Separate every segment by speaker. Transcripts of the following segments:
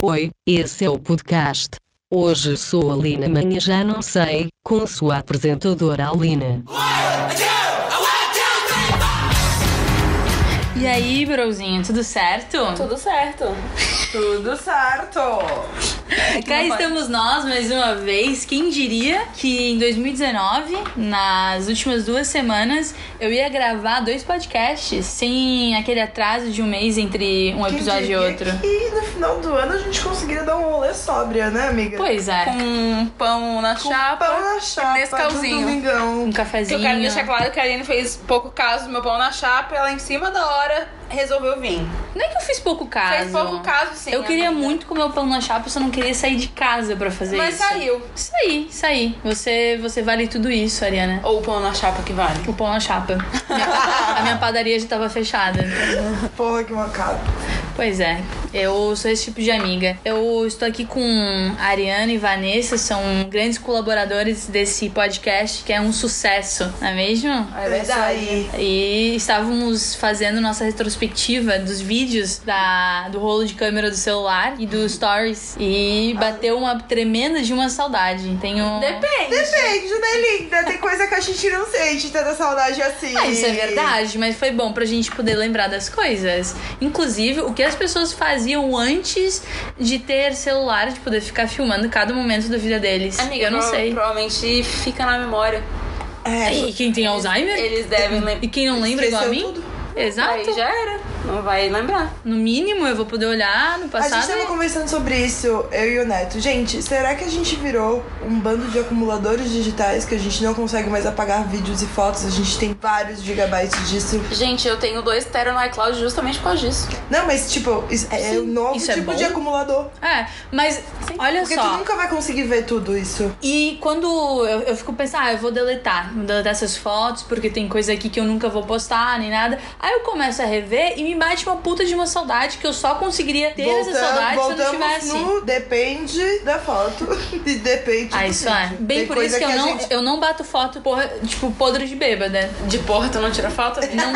Speaker 1: Oi, esse é o podcast. Hoje sou a Lina, amanhã já não sei, com sua apresentadora Alina.
Speaker 2: E aí, brozinho, tudo certo?
Speaker 3: Tudo certo.
Speaker 4: Tudo certo!
Speaker 2: Cá estamos nós mais uma vez. Quem diria que em 2019, nas últimas duas semanas, eu ia gravar dois podcasts sem aquele atraso de um mês entre um
Speaker 4: Quem
Speaker 2: episódio e
Speaker 4: diria
Speaker 2: outro.
Speaker 4: que no final do ano a gente conseguiria dar um rolê sóbria, né, amiga?
Speaker 2: Pois é,
Speaker 3: Com um pão na
Speaker 4: Com
Speaker 3: chapa.
Speaker 4: pão na chapa,
Speaker 3: nesse
Speaker 4: do
Speaker 3: calzinho.
Speaker 2: um
Speaker 4: domingão.
Speaker 3: Que
Speaker 2: cafezinho.
Speaker 3: eu quero deixar claro que a Aline fez pouco caso do meu pão na chapa. Ela, em cima da hora, resolveu vir.
Speaker 2: Não é que eu fiz pouco caso.
Speaker 3: Fez pouco caso, sim.
Speaker 2: Eu queria
Speaker 3: amiga.
Speaker 2: muito comer o pão na chapa, eu só não queria sair de casa pra fazer
Speaker 3: Mas
Speaker 2: isso.
Speaker 3: saiu.
Speaker 2: Isso aí, isso aí. Você, você vale tudo isso, Ariana.
Speaker 3: Ou o pão na chapa que vale.
Speaker 2: O pão na chapa. a minha padaria já tava fechada.
Speaker 4: Porra, que mancada.
Speaker 2: Pois é, eu sou esse tipo de amiga. Eu estou aqui com Ariana e Vanessa, são grandes colaboradores desse podcast que é um sucesso, não é mesmo?
Speaker 3: É
Speaker 4: isso aí.
Speaker 2: E estávamos fazendo nossa retrospectiva dos vídeos da, do rolo de câmera do celular e do stories. E bateu uma tremenda de uma saudade. Tenho.
Speaker 3: Depende.
Speaker 4: Depende, né, linda? Tem coisa que a gente não sente tanta saudade assim.
Speaker 2: Ah, isso é verdade, mas foi bom pra gente poder lembrar das coisas. Inclusive, o que as pessoas faziam antes de ter celular, de poder ficar filmando cada momento da vida deles.
Speaker 3: Amiga,
Speaker 2: eu não
Speaker 3: prova-
Speaker 2: sei.
Speaker 3: Provavelmente fica na memória.
Speaker 4: É,
Speaker 2: E quem tem Alzheimer?
Speaker 3: Eles devem
Speaker 2: E
Speaker 3: lembrar.
Speaker 2: quem não lembra igual a
Speaker 4: esqueceu
Speaker 2: mim?
Speaker 4: tudo.
Speaker 3: Aí
Speaker 2: Exato.
Speaker 3: já era. Não vai lembrar.
Speaker 2: No mínimo, eu vou poder olhar no
Speaker 4: A
Speaker 2: passado.
Speaker 4: gente tava conversando sobre isso, eu e o Neto. Gente, será que a gente virou um bando de acumuladores digitais que a gente não consegue mais apagar vídeos e fotos? A gente tem vários gigabytes disso.
Speaker 3: Gente, eu tenho dois tera no iCloud justamente por causa disso.
Speaker 4: Não, mas tipo, isso é
Speaker 2: Sim,
Speaker 4: um novo
Speaker 2: isso é
Speaker 4: tipo
Speaker 2: bom.
Speaker 4: de acumulador.
Speaker 2: É, mas olha
Speaker 4: Porque
Speaker 2: só.
Speaker 4: tu nunca vai conseguir ver tudo isso.
Speaker 2: E quando eu, eu fico pensando, ah, eu vou deletar, vou deletar essas fotos, porque tem coisa aqui que eu nunca vou postar, nem nada. Aí eu começo a rever e me bate uma puta de uma saudade que eu só conseguiria ter essa saudade se eu não
Speaker 4: voltamos
Speaker 2: tivesse.
Speaker 4: no depende da foto. E depende
Speaker 2: Ah,
Speaker 4: do
Speaker 2: isso é.
Speaker 4: vídeo.
Speaker 2: Bem
Speaker 4: Tem
Speaker 2: por
Speaker 4: coisa
Speaker 2: isso que,
Speaker 4: a
Speaker 2: eu, não,
Speaker 4: gente-
Speaker 2: eu não bato foto, porra, tipo, podre de bêbada.
Speaker 3: De porra, tu não tira foto? Não.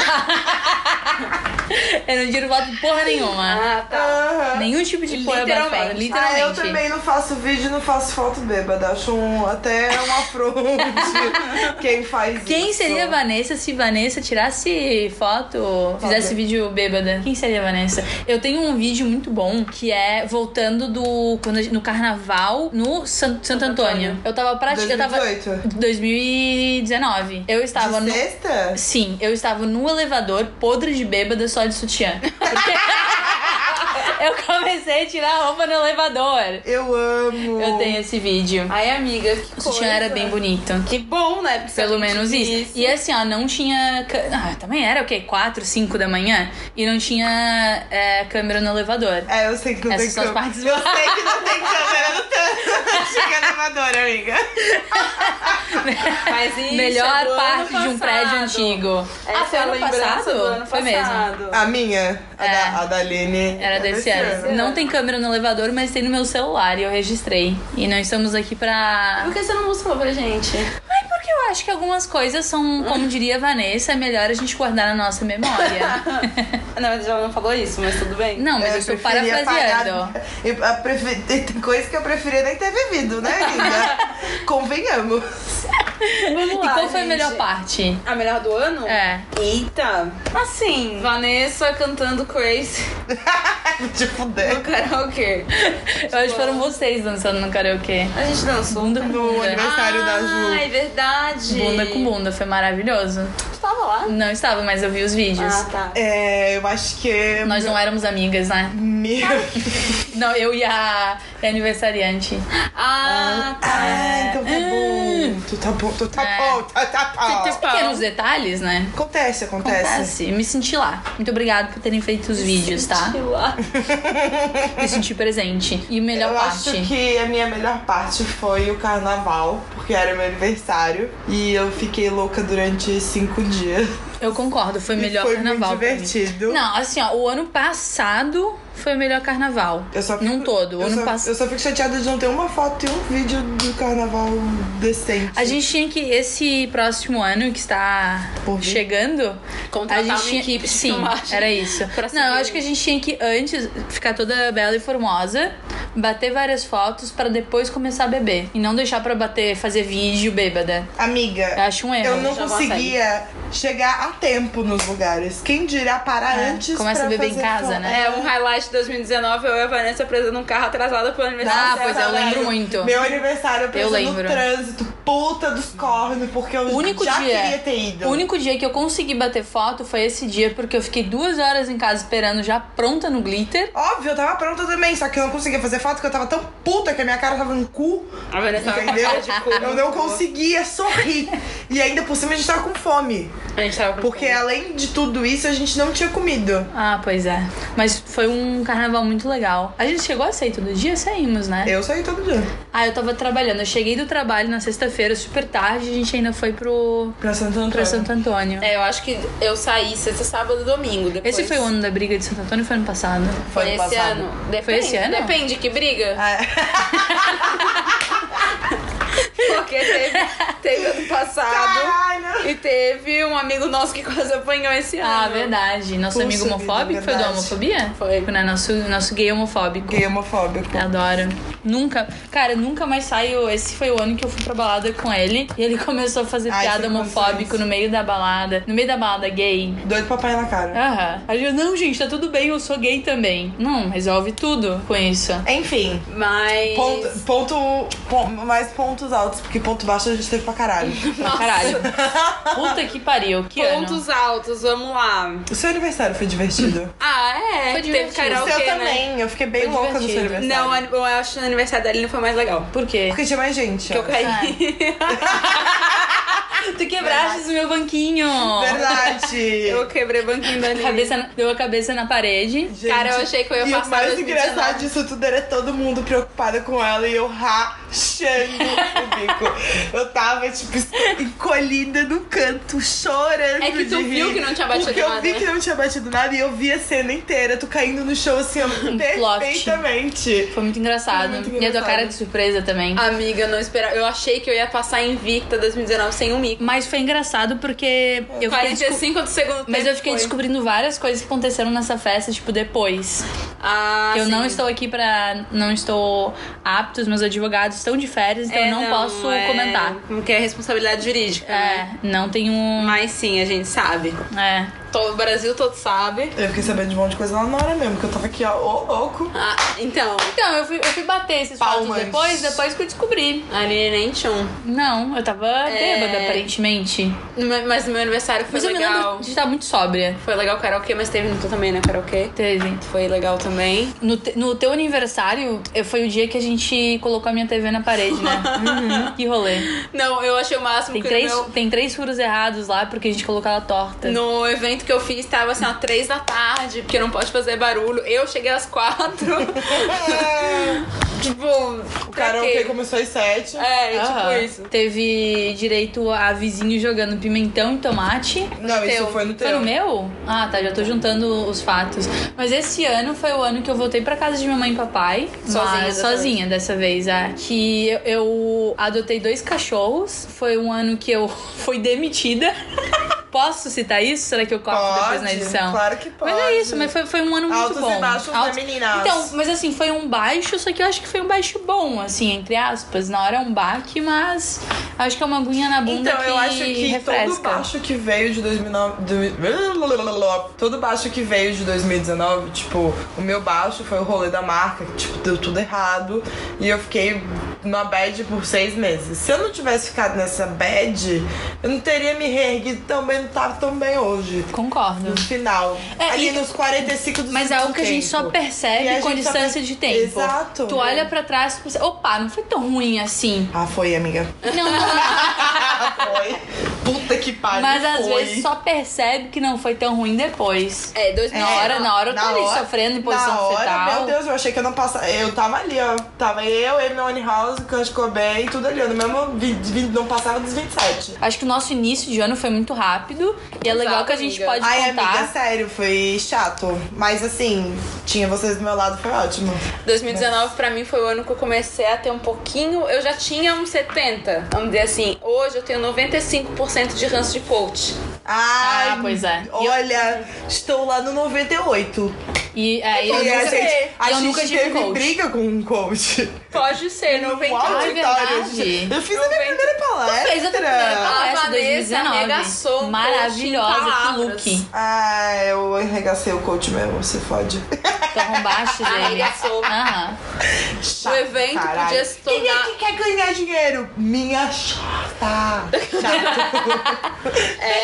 Speaker 2: Eu não tiro foto porra nenhuma.
Speaker 3: Ah, tá.
Speaker 4: Aham.
Speaker 2: Nenhum tipo de porra eu bato foto,
Speaker 3: Literalmente.
Speaker 2: literalmente.
Speaker 4: Ah, eu também não faço vídeo, não faço foto bêbada. Acho um, até um afronte quem faz
Speaker 2: Quem
Speaker 4: isso.
Speaker 2: seria a Vanessa se Vanessa tirasse foto, fizesse vídeo bêbada? Quem seria a Vanessa? Eu tenho um vídeo muito bom que é voltando do quando a gente- no carnaval no San- Santo, Antônio. Eu tava praticando, eu tava
Speaker 4: 2018?
Speaker 2: 2019. Eu estava
Speaker 4: De
Speaker 2: no
Speaker 4: sexta?
Speaker 2: Sim, eu estava no elevador podre de bêbada só de sutiã. Porque eu comecei a tirar a roupa no elevador.
Speaker 4: Eu amo.
Speaker 2: Eu tenho esse vídeo.
Speaker 3: Ai, amiga, que
Speaker 2: O
Speaker 3: coisa.
Speaker 2: sutiã era bem bonito.
Speaker 3: Que bom, né? Porque se
Speaker 2: Pelo
Speaker 3: alguém
Speaker 2: menos isso.
Speaker 3: visse-
Speaker 2: E assim, ó, não tinha. ca- Ah, também era o quê? 4, 5 da manhã? E não tinha é, câmera no elevador.
Speaker 4: É, eu sei que não
Speaker 2: Essas são as
Speaker 4: tem câmera.
Speaker 2: partes
Speaker 4: Eu sei que não tem câmera no tanto. Chega elevador, amiga.
Speaker 3: Mas isso, é
Speaker 2: Melhor
Speaker 3: do ano
Speaker 2: parte de um
Speaker 3: passado.
Speaker 2: prédio antigo.
Speaker 3: Essa
Speaker 2: ah, foi
Speaker 3: é a
Speaker 2: ano
Speaker 3: lembrança
Speaker 2: passado?
Speaker 3: do ano
Speaker 2: Foi mesmo.
Speaker 3: passado.
Speaker 4: A minha, a,
Speaker 2: É.
Speaker 4: da, a da Aline.
Speaker 2: Era
Speaker 4: é
Speaker 2: desse ano. Não tem câmera no elevador, mas tem no meu celular e eu registrei. E nós estamos aqui pra.
Speaker 3: Por que você não mostrou pra gente?
Speaker 2: Ai, porque eu acho que algumas coisas são, como diria a Vanessa, é melhor a gente guardar na nossa memória.
Speaker 3: Não, mas ela não falou isso, mas tudo bem.
Speaker 2: Não, mas
Speaker 4: É,
Speaker 2: eu estou
Speaker 4: preferia
Speaker 2: parafraseando.
Speaker 4: pagar- Eu- a prefe- Tem tem coisa que eu preferia nem ter vivido, né, linda? Convenhamos.
Speaker 3: Vamos
Speaker 2: E
Speaker 3: lá,
Speaker 2: qual foi a
Speaker 3: gente.
Speaker 2: melhor parte?
Speaker 3: A melhor do ano?
Speaker 2: É.
Speaker 3: Eita. Assim, Vanessa cantando Crazy
Speaker 4: Te fuder.
Speaker 3: no karaokê.
Speaker 2: Eu acho que foram vocês dançando no karaokê.
Speaker 3: A gente dançou.
Speaker 2: Bunda com
Speaker 4: No
Speaker 2: bunda.
Speaker 4: aniversário da
Speaker 3: Ah,
Speaker 4: Ju.
Speaker 3: é verdade.
Speaker 2: Bunda com bunda, foi maravilhoso.
Speaker 3: Tu tava lá?
Speaker 2: Não estava, mas eu vi os vídeos.
Speaker 3: Ah, tá.
Speaker 4: É, eu acho que.
Speaker 2: Nós não éramos amigas, né?
Speaker 4: Meu.
Speaker 2: Não, eu e a e a aniversariante.
Speaker 3: Ah, tá.
Speaker 4: Ah, então tá bom. Tu tá bom, tu tá
Speaker 2: É.
Speaker 4: bom, tá, tá
Speaker 3: Tu-
Speaker 4: bom.
Speaker 3: tu-
Speaker 2: Pequenos detalhes, né?
Speaker 4: Acontece, acontece.
Speaker 2: Acontece. Me senti lá. Muito obrigada por terem feito os vídeos, tá?
Speaker 3: Sei lá.
Speaker 2: Me senti presente. E melhor
Speaker 4: Eu
Speaker 2: parte.
Speaker 4: acho que a minha melhor parte foi o carnaval, porque era meu aniversário. E eu fiquei louca durante cinco dias.
Speaker 2: Eu concordo, foi
Speaker 4: E
Speaker 2: melhor
Speaker 4: foi
Speaker 2: carnaval.
Speaker 4: muito
Speaker 2: pra mim.
Speaker 4: divertido.
Speaker 2: Não, assim, ó, o ano passado foi o melhor carnaval.
Speaker 4: Eu só
Speaker 2: Num todo,
Speaker 4: eu
Speaker 2: ano
Speaker 4: só,
Speaker 2: pass-
Speaker 4: eu só fico chateada de não ter uma foto e um vídeo do carnaval decente.
Speaker 2: A gente tinha que, esse próximo ano que está
Speaker 4: Por vir?
Speaker 2: chegando, a
Speaker 3: Contratar
Speaker 2: gente
Speaker 3: uma
Speaker 2: tinha-
Speaker 3: equipe de
Speaker 2: Sim,
Speaker 3: filmagem.
Speaker 2: era isso.
Speaker 3: pra
Speaker 2: Não, eu
Speaker 3: saber.
Speaker 2: acho que a gente tinha que antes ficar toda bela e formosa, bater várias fotos pra depois começar a beber. E não deixar pra bater, fazer vídeo bêbada.
Speaker 4: Amiga,
Speaker 2: Eu acho um erro.
Speaker 4: eu não
Speaker 3: já
Speaker 4: conseguia chegar a tempo nos lugares. Quem dirá parar
Speaker 2: É,
Speaker 4: antes
Speaker 2: começa
Speaker 4: pra
Speaker 2: a beber em
Speaker 4: fazer
Speaker 2: casa,
Speaker 4: foto.
Speaker 2: né?
Speaker 3: É, um highlight de 2019, eu e a Vanessa presa num carro atrasada pro
Speaker 2: Ah,
Speaker 3: aniversário.
Speaker 2: pois é, eu
Speaker 3: dela.
Speaker 2: lembro muito.
Speaker 4: Meu aniversário, eu
Speaker 2: Eu
Speaker 4: preciso no
Speaker 2: lembro.
Speaker 4: trânsito, puta dos cornos, porque eu
Speaker 2: O único
Speaker 4: já
Speaker 2: dia-
Speaker 4: queria ter ido.
Speaker 2: O único dia que eu consegui bater foto foi esse dia, porque eu fiquei duas horas em casa esperando já pronta no glitter.
Speaker 4: Óbvio, eu tava pronta também, só que eu não conseguia fazer foto, porque eu tava tão puta que a minha cara tava no cu,
Speaker 3: A Vanessa tava com
Speaker 4: entendeu?
Speaker 3: cara de cu.
Speaker 4: eu não conseguia sorrir. E ainda por cima a gente tava com fome.
Speaker 3: A gente tava com
Speaker 4: Porque
Speaker 3: fome.
Speaker 4: além de tudo isso, a gente não tinha comido.
Speaker 2: Ah, pois é. Mas foi um carnaval muito legal. A gente chegou a sair todo dia, saímos, né?
Speaker 4: Eu saí todo dia.
Speaker 2: Ah, eu tava trabalhando. Eu cheguei do trabalho na sexta-feira, super tarde, a gente ainda foi pro
Speaker 4: Pra Santo Antônio.
Speaker 2: pra Santo Antônio.
Speaker 3: É, eu acho que eu saí sexta, sábado e domingo. Depois.
Speaker 2: Esse foi o ano da briga de Santo Antônio ou foi ano passado?
Speaker 4: Foi
Speaker 3: Foi,
Speaker 4: ano
Speaker 3: esse
Speaker 4: passado.
Speaker 3: ano. Depende,
Speaker 2: Foi esse ano? é.
Speaker 3: Depende, que briga.
Speaker 4: Ah,
Speaker 3: Porque teve, teve ano passado.
Speaker 4: Caralho!
Speaker 3: E teve um amigo nosso que quase apanhou esse ano.
Speaker 2: Ah, verdade. Nosso
Speaker 4: Puxa
Speaker 2: amigo
Speaker 4: vida,
Speaker 2: homofóbico foi da
Speaker 4: verdade.
Speaker 2: homofobia?
Speaker 3: Foi.
Speaker 2: Né? Nosso, nosso gay homofóbico.
Speaker 4: Gay homofóbico.
Speaker 2: Eu Adoro. Nunca, cara, nunca mais saio. Esse foi o ano que eu fui pra balada com ele. E ele começou a fazer
Speaker 4: Ai,
Speaker 2: piada
Speaker 4: sei como
Speaker 2: homofóbico
Speaker 4: faz.
Speaker 2: no meio da balada. No meio da balada gay.
Speaker 4: Doido papai na cara.
Speaker 2: Aham. Aí eu, não, gente, tá tudo bem, eu sou gay também. Não, resolve tudo com isso.
Speaker 4: Enfim,
Speaker 3: Mas.
Speaker 4: ponto, ponto, pon- mais pontos altos, porque ponto baixo a gente teve pra caralho.
Speaker 2: Pra caralho. Puta que pariu, que ano.
Speaker 3: Pontos altos, vamos lá.
Speaker 4: O seu aniversário foi divertido.
Speaker 3: Ah, é.
Speaker 2: Foi
Speaker 3: teve
Speaker 2: divertido.
Speaker 4: o
Speaker 3: karaokê,
Speaker 4: seu
Speaker 3: né?
Speaker 4: também, eu fiquei bem
Speaker 2: Foi
Speaker 4: louca no seu
Speaker 2: divertido.
Speaker 4: aniversário.
Speaker 3: Não, eu acho que o aniversário da Aline foi mais legal.
Speaker 2: Por quê?
Speaker 4: Porque tinha mais gente.
Speaker 3: Que eu
Speaker 4: ó.
Speaker 3: caí.
Speaker 2: Tu quebraste o meu banquinho.
Speaker 4: Verdade.
Speaker 3: Eu quebrei banquinho da Aline.
Speaker 2: Cabeça na- deu a cabeça na parede.
Speaker 4: Gente,
Speaker 3: Cara, eu achei que eu ia
Speaker 4: e o
Speaker 3: passar né?
Speaker 4: mais
Speaker 3: 2019.
Speaker 4: engraçado disso tudo era todo mundo preocupado com ela e eu rachando o bico. Eu tava, tipo, encolhida no canto, chorando.
Speaker 3: É que tu
Speaker 4: de
Speaker 3: viu
Speaker 4: rir,
Speaker 3: que não tinha batido
Speaker 4: Porque eu
Speaker 3: nada.
Speaker 4: vi que não tinha batido nada e eu vi a cena inteira, tu caindo no chão assim, ó,
Speaker 3: Um
Speaker 2: plot.
Speaker 4: perfeitamente.
Speaker 2: Foi muito engraçado.
Speaker 4: Foi muito
Speaker 2: E a tua
Speaker 4: engraçado.
Speaker 2: cara é de surpresa também.
Speaker 3: Amiga, não esperava. Eu achei que eu ia passar invicta 2019 sem um mico.
Speaker 2: Mas foi engraçado porque eu
Speaker 3: é
Speaker 2: fiquei desco-
Speaker 3: 45 do segundo tempo.
Speaker 2: Mas eu fiquei
Speaker 3: foi.
Speaker 2: descobrindo várias coisas que aconteceram nessa festa, tipo, depois.
Speaker 3: Ah,
Speaker 2: eu
Speaker 3: sim.
Speaker 2: não estou aqui pra. Não estou apto, os meus advogados estão de férias, então
Speaker 3: É,
Speaker 2: eu não, posso
Speaker 3: é-
Speaker 2: comentar.
Speaker 3: Como que é responsabilidade jurídica. né?
Speaker 2: É, não tenho.
Speaker 3: Mas sim, a gente sabe.
Speaker 2: É.
Speaker 3: Todo o Brasil todo sabe.
Speaker 4: Eu fiquei sabendo de um monte de coisa lá na hora mesmo, que eu tava aqui, ó, ô, louco.
Speaker 3: Ah, então,
Speaker 2: Então, eu fui, eu fui bater esses
Speaker 4: Palmas.
Speaker 2: fatos depois, depois que eu descobri.
Speaker 3: a Aline nem tinha um.
Speaker 2: Não, eu tava bêbada, aparentemente.
Speaker 3: Ma- Mas meu aniversário É. foi
Speaker 2: Mas eu me
Speaker 3: legal.
Speaker 2: lembro de estar muito sóbria.
Speaker 3: Foi legal o karaokê, mas teve no teu também, né, karaokê?
Speaker 2: Teve.
Speaker 3: Foi legal também.
Speaker 2: No, te- no teu aniversário, eu- foi o dia que a gente colocou a minha TV na parede, né?
Speaker 3: Uhum.
Speaker 2: Que rolê.
Speaker 3: Não, eu achei o máximo
Speaker 2: Tem
Speaker 3: que
Speaker 2: três,
Speaker 3: no,
Speaker 2: tem três furos errados lá porque a gente colocou ela torta.
Speaker 3: meu, no evento que eu fiz tava assim, às três da tarde, porque não pode fazer barulho. Eu cheguei às quatro. tipo,
Speaker 4: O karaokê começou às sete.
Speaker 3: É,
Speaker 2: Aham.
Speaker 3: tipo isso.
Speaker 2: Teve direito a vizinho jogando pimentão e tomate.
Speaker 4: Não, isso
Speaker 3: teu.
Speaker 4: foi no teu.
Speaker 2: Foi no meu? Ah, tá, já tô juntando os fatos. Mas esse ano foi o ano que eu voltei pra casa de minha mãe e papai.
Speaker 3: Sozinha
Speaker 2: mas,
Speaker 3: dessa
Speaker 2: sozinha dessa vez, é. Que eu, eu adotei dois cachorros. Foi um ano que eu fui demitida. Posso citar isso? Será que eu corto depois na
Speaker 4: Pode,
Speaker 2: edição?
Speaker 4: Claro que pode.
Speaker 2: Mas é isso, mas foi, foi um ano muito
Speaker 4: Altos
Speaker 2: bom.
Speaker 4: e baixos,
Speaker 2: Altos-
Speaker 4: né, meninas?
Speaker 2: Então, mas assim, foi um baixo, só que eu acho que foi um baixo bom, assim, entre aspas. Na hora é um baque, mas acho que é uma aguinha na bunda
Speaker 4: Então,
Speaker 2: que
Speaker 4: eu acho que
Speaker 2: refresca.
Speaker 4: todo baixo que veio de 2009. do- Todo baixo que veio de 2019, tipo, o meu baixo foi o rolê da marca, que tipo, deu tudo errado. E eu fiquei numa bad por seis meses. Se eu não tivesse ficado nessa bad, eu não teria me reerguido tão bem, não tava tão bem hoje.
Speaker 2: Concordo.
Speaker 4: No final.
Speaker 2: É,
Speaker 4: ali
Speaker 2: e-
Speaker 4: nos 45 do
Speaker 2: Mas é
Speaker 4: segundo
Speaker 2: algo que a gente só
Speaker 4: tempo.
Speaker 2: percebe
Speaker 4: E a
Speaker 2: com a
Speaker 4: gente só
Speaker 2: distância
Speaker 4: perce-
Speaker 2: de tempo.
Speaker 4: Exato.
Speaker 2: Tu olha pra trás e pensa, opa, não foi tão ruim assim.
Speaker 4: Ah, foi, amiga.
Speaker 2: Não, não, não.
Speaker 4: Ah, foi. Puta que pariu.
Speaker 2: Mas às
Speaker 4: foi.
Speaker 2: vezes só percebe que não foi tão ruim depois.
Speaker 3: É, dois
Speaker 2: Na hora, na hora eu tô
Speaker 4: na
Speaker 2: ali
Speaker 4: hora-
Speaker 2: sofrendo em posição
Speaker 4: na hora,
Speaker 2: fetal.
Speaker 4: Meu Deus, eu achei que eu não passava. Eu tava ali, ó. Tava eu, Amy House, Kurt Cobain e tudo ali, ó. No mesmo vi- vi- não passava dos 27.
Speaker 2: Acho que o nosso início de ano foi muito rápido. E é
Speaker 3: Exato,
Speaker 2: legal que a gente
Speaker 3: amiga.
Speaker 2: pode
Speaker 4: Ai,
Speaker 2: contar.
Speaker 4: amiga, sério, foi chato. Mas assim, tinha vocês do meu lado, foi ótimo.
Speaker 3: 2019 pra mim foi o ano que eu comecei a ter um pouquinho. Eu já tinha uns 70, vamos dizer assim. Hoje eu tenho 95% de ranço de coach.
Speaker 4: Ai,
Speaker 2: Ah, pois é. E eu-
Speaker 4: Olha, estou lá no 98.
Speaker 2: E é, eu
Speaker 4: e
Speaker 2: nunca,
Speaker 4: a gente, a
Speaker 2: eu
Speaker 4: gente
Speaker 2: nunca tive
Speaker 4: teve
Speaker 2: coach.
Speaker 4: briga com um coach.
Speaker 3: Pode ser,
Speaker 4: No
Speaker 3: 90.
Speaker 4: auditório.
Speaker 2: verdade.
Speaker 4: Eu fiz a minha primeira palestra.
Speaker 2: Fez a primeira
Speaker 3: A
Speaker 2: palestra
Speaker 3: Vanessa
Speaker 2: 2019.
Speaker 3: arregaçou um coach em
Speaker 2: Maravilhosa, que
Speaker 3: palavras.
Speaker 2: look.
Speaker 4: Ah, eu arregacei o coach mesmo, se fode.
Speaker 2: Tão baixo dele.
Speaker 3: Arregaçou.
Speaker 2: Aham.
Speaker 4: Chato,
Speaker 3: O evento
Speaker 4: caralho.
Speaker 3: podia se
Speaker 4: Quem é
Speaker 3: tornar-
Speaker 4: que quer ganhar dinheiro? Minha chata. Chato.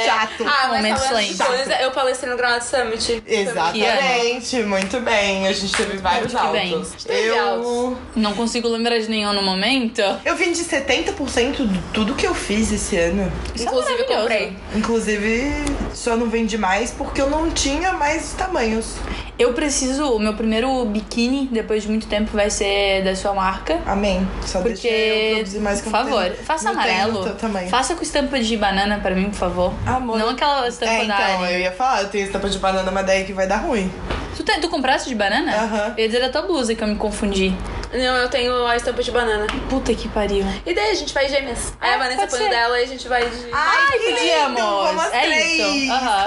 Speaker 4: Chato.
Speaker 3: Ah, mas
Speaker 2: Momento
Speaker 3: falando de
Speaker 2: silêncio.
Speaker 3: coisa, eu palestrei no Granada Summit.
Speaker 4: Exatamente, muito bem. A gente teve vários
Speaker 2: Muito bem.
Speaker 4: altos.
Speaker 3: Teve
Speaker 4: Eu,
Speaker 3: altos.
Speaker 2: Não consigo lembrar de nenhum no momento.
Speaker 4: eu vim de 70% de tudo que eu fiz esse ano.
Speaker 2: Isso é
Speaker 3: Inclusive, eu
Speaker 2: maravilhoso.
Speaker 3: comprei.
Speaker 4: Inclusive, só não vendi mais porque eu não tinha mais tamanhos.
Speaker 2: Eu preciso. O meu primeiro biquíni, depois de muito tempo, vai ser da sua marca.
Speaker 4: Amém. Só
Speaker 2: Porque.
Speaker 4: deixa eu produzir mais que
Speaker 2: por
Speaker 4: eu não
Speaker 2: favor,
Speaker 4: tenho-
Speaker 2: faça
Speaker 4: não tenho
Speaker 2: amarelo.
Speaker 4: tanto tamanho.
Speaker 2: Faça com estampa de banana pra mim, por favor.
Speaker 4: Amor,
Speaker 2: Não aquela estampa
Speaker 4: É,
Speaker 2: da
Speaker 4: então,
Speaker 2: Ari.
Speaker 4: eu ia falar, eu tenho estampa de banana, mas daí é que vai dar ruim.
Speaker 2: Tu, tem, tu compraste de banana?
Speaker 4: é. Aham.
Speaker 2: Eu ia dizer a tua blusa que eu me confundi.
Speaker 3: Não, eu tenho a estampa de banana.
Speaker 2: Puta que pariu.
Speaker 3: E daí a gente vai gêmeas. Aí
Speaker 2: É,
Speaker 3: a Vanessa
Speaker 2: pode
Speaker 3: põe
Speaker 2: ser. Ah,
Speaker 3: o dela e a gente vai de.
Speaker 2: Ai,
Speaker 4: que
Speaker 2: podíamos.
Speaker 4: lindo, Vamos às
Speaker 2: É
Speaker 4: três,
Speaker 2: isso, aham.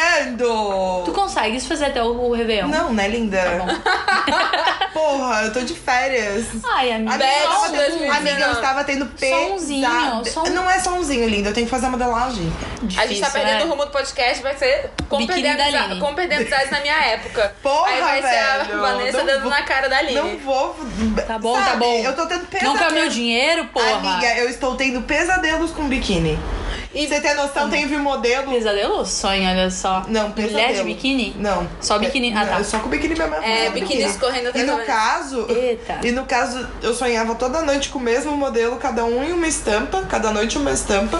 Speaker 4: combinando.
Speaker 2: Tu consegues fazer até o, o Réveillon?
Speaker 4: Não, né, linda?
Speaker 2: Tá
Speaker 4: Porra, eu tô de férias.
Speaker 2: bom. Ai, amiga.
Speaker 4: Amiga, eu
Speaker 3: Best
Speaker 4: tava tendo-
Speaker 3: 2019.
Speaker 4: amiga, eu estava tendo pesado.
Speaker 2: um Sonzinho, som-
Speaker 4: Não é sonzinho, linda. Eu tenho que fazer a modelagem.
Speaker 3: a gente tá
Speaker 2: Difícil,
Speaker 3: perdendo
Speaker 2: né?
Speaker 3: o rumo do podcast, vai ser como
Speaker 2: Biquíni
Speaker 3: perder,
Speaker 2: da
Speaker 3: amizade-
Speaker 2: Aline.
Speaker 3: como perder amizades na minha época.
Speaker 4: Porra,
Speaker 3: Aí vai ser a
Speaker 4: velho.
Speaker 3: Vanessa
Speaker 4: Não
Speaker 3: dando
Speaker 4: vou-
Speaker 3: na cara da Aline.
Speaker 4: Não vou.
Speaker 2: Tá bom,
Speaker 4: sabe?
Speaker 2: tá bom.
Speaker 4: Eu tô tendo pesadelos.
Speaker 2: Não quer meu dinheiro, porra.
Speaker 4: Amiga, é eu estou tendo pesadelos com biquíni.
Speaker 3: E-
Speaker 4: Você tem noção, teve modelo.
Speaker 2: Pesadelo ou sonho, olha só.
Speaker 4: Não,
Speaker 2: Mulher de
Speaker 4: pesadelo.
Speaker 2: biquíni?
Speaker 4: Não.
Speaker 2: Só biquíni- ah,
Speaker 4: Não,
Speaker 2: tá.
Speaker 4: eu Só com biquíni mesmo.
Speaker 3: É,
Speaker 4: só com
Speaker 3: biquíni escorrendo
Speaker 4: E
Speaker 3: atrás da
Speaker 4: no
Speaker 3: orelha.
Speaker 4: caso...
Speaker 2: Eita.
Speaker 4: E no caso, eu sonhava toda noite com o mesmo modelo, cada um em uma estampa, cada noite uma estampa.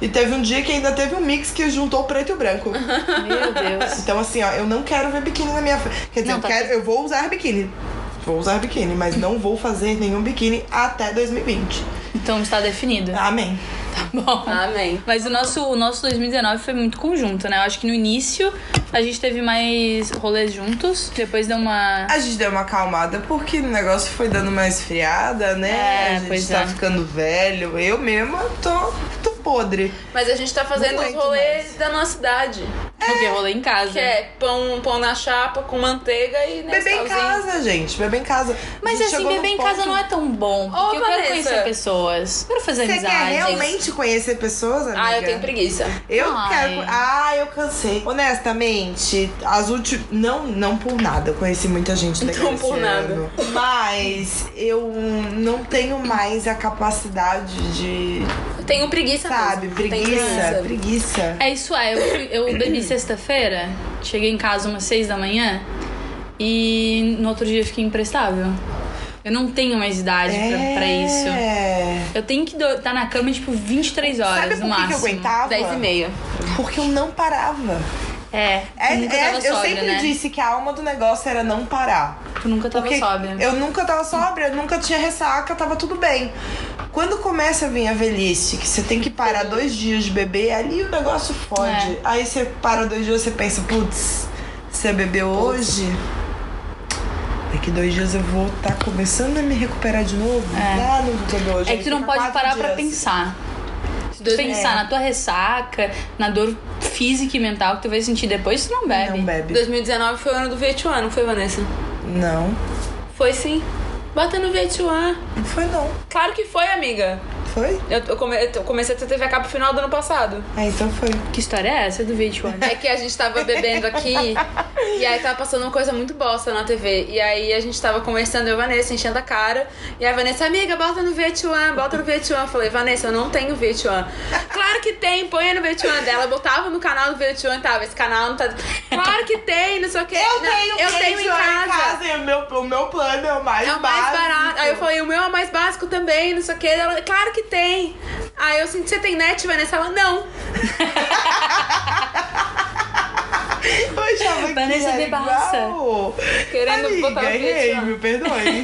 Speaker 4: E teve um dia que ainda teve um mix que juntou o preto e o branco.
Speaker 2: Meu Deus.
Speaker 4: Então assim, ó, eu não quero ver biquíni na minha frente. Quer dizer,
Speaker 2: Não, tá
Speaker 4: eu, quero, eu vou usar biquíni. Vou usar biquíni, mas não vou fazer nenhum biquíni até 2020.
Speaker 2: Então está definido.
Speaker 4: Amém.
Speaker 2: Tá bom.
Speaker 3: Amém.
Speaker 2: Mas o nosso, o nosso 2019 foi muito conjunto, né? Eu acho que no início a gente teve mais rolês juntos, depois deu uma.
Speaker 4: A gente deu uma acalmada porque o negócio foi dando uma esfriada, né?
Speaker 2: É,
Speaker 4: a gente
Speaker 2: pois
Speaker 4: tá
Speaker 2: é.
Speaker 4: ficando velho. Eu mesma tô, tô podre.
Speaker 3: Mas a gente tá fazendo
Speaker 4: Não
Speaker 3: os
Speaker 4: aguento
Speaker 3: rolês
Speaker 4: mais.
Speaker 3: da nossa idade.
Speaker 4: É.
Speaker 2: Porque rolê em casa.
Speaker 3: Que é pão, pão na chapa com manteiga e né,
Speaker 4: Beber em
Speaker 3: salzinho.
Speaker 4: casa, gente. Beber em casa.
Speaker 2: Mas
Speaker 4: A gente
Speaker 2: assim,
Speaker 4: chegou
Speaker 2: beber
Speaker 4: num
Speaker 2: em casa
Speaker 4: ponto-
Speaker 2: não é tão bom. Porque eu quero
Speaker 3: Vanessa.
Speaker 2: conhecer pessoas. Quero fazer
Speaker 4: Você quer
Speaker 2: amizades.
Speaker 4: realmente conhecer pessoas, amiga?
Speaker 3: Ah, eu tenho preguiça.
Speaker 4: Eu
Speaker 2: Ai.
Speaker 4: quero. Ah, eu cansei. Honestamente, as últimas. Não, não por nada. Eu conheci muita gente legal.
Speaker 3: Não por
Speaker 4: esse
Speaker 3: nada.
Speaker 4: ano. Mas eu não tenho mais a capacidade de.
Speaker 3: Eu tenho preguiça
Speaker 4: Sabe?
Speaker 3: mesmo.
Speaker 4: Preguiça.
Speaker 3: Tenho
Speaker 4: Preguiça.
Speaker 2: É isso aí. Eu, fui- eu bebi sexta-feira, cheguei em casa umas seis da manhã e no outro dia eu fiquei imprestável. Eu não tenho mais idade pra, pra isso.
Speaker 4: É.
Speaker 2: Eu tenho que estar na cama tipo 23 horas
Speaker 4: Sabe por que
Speaker 2: no
Speaker 4: que eu
Speaker 2: máximo.
Speaker 4: aguentava?
Speaker 2: 10 e meia.
Speaker 4: Porque eu não parava.
Speaker 2: É,
Speaker 4: É,
Speaker 2: tu nunca
Speaker 4: é,
Speaker 2: tava
Speaker 4: eu
Speaker 2: sóbria,
Speaker 4: sempre
Speaker 2: né?
Speaker 4: disse que a alma do negócio era não parar.
Speaker 2: Tu nunca tava
Speaker 4: Porque
Speaker 2: sóbria.
Speaker 4: eu nunca tava sóbria, eu nunca tinha ressaca, tava tudo bem. Quando começa a vir a velhice, que você tem que parar dois dias de beber, ali o negócio fode.
Speaker 2: É.
Speaker 4: Aí você para dois dias você pensa, putz, você bebeu hoje? Daqui dois dias eu vou estar começando a me recuperar de novo.
Speaker 2: É.
Speaker 4: Ah, não vou beber hoje.
Speaker 2: É
Speaker 4: Aí
Speaker 2: que tu não
Speaker 4: fica
Speaker 2: pode
Speaker 4: quatro
Speaker 2: parar pra
Speaker 4: dias. É.
Speaker 2: pensar. Se tu pensar na tua ressaca, na dor física e mental que tu vai sentir depois, tu não bebe.
Speaker 4: Não bebe.
Speaker 3: 2019 foi o ano do Vietnã, não foi, Vanessa?
Speaker 4: Não,
Speaker 3: Foi sim. Bota no Vietnã.
Speaker 4: não foi não.
Speaker 3: Claro que foi, amiga.
Speaker 4: Foi?
Speaker 3: Eu, eu come- eu comecei a ter TV a cabo final do ano passado.
Speaker 4: Ah, então foi.
Speaker 2: Que história é essa do vídeo?
Speaker 3: É que a gente tava bebendo aqui e aí tava passando uma coisa muito bosta na TV. E aí a gente tava conversando, eu e a Vanessa, enchendo a cara. E a Vanessa, amiga, bota no VH1, bota no VH1. Eu falei, Vanessa, eu não tenho VH1. Claro que tem, põe no VH1 dela. Eu botava no canal do VH1 e tava, esse canal não tá. Claro que tem, não sei o quê.
Speaker 4: Eu
Speaker 3: Não,
Speaker 4: tenho,
Speaker 3: eu tenho em casa.
Speaker 4: e o meu, o meu plano é o mais,
Speaker 3: É o mais
Speaker 4: básico.
Speaker 3: barato. Aí eu falei, o meu é mais básico também, não sei o que. Ela, claro que tem. Aí eu assim, você tem net, Vanessa? Ela, não.
Speaker 4: Eu achava
Speaker 2: Vanessa
Speaker 4: que era
Speaker 2: bebaça.
Speaker 4: igual.
Speaker 3: Querendo
Speaker 4: Amiga,
Speaker 3: botar o
Speaker 4: errei,
Speaker 3: Vietnã.
Speaker 4: me perdoe.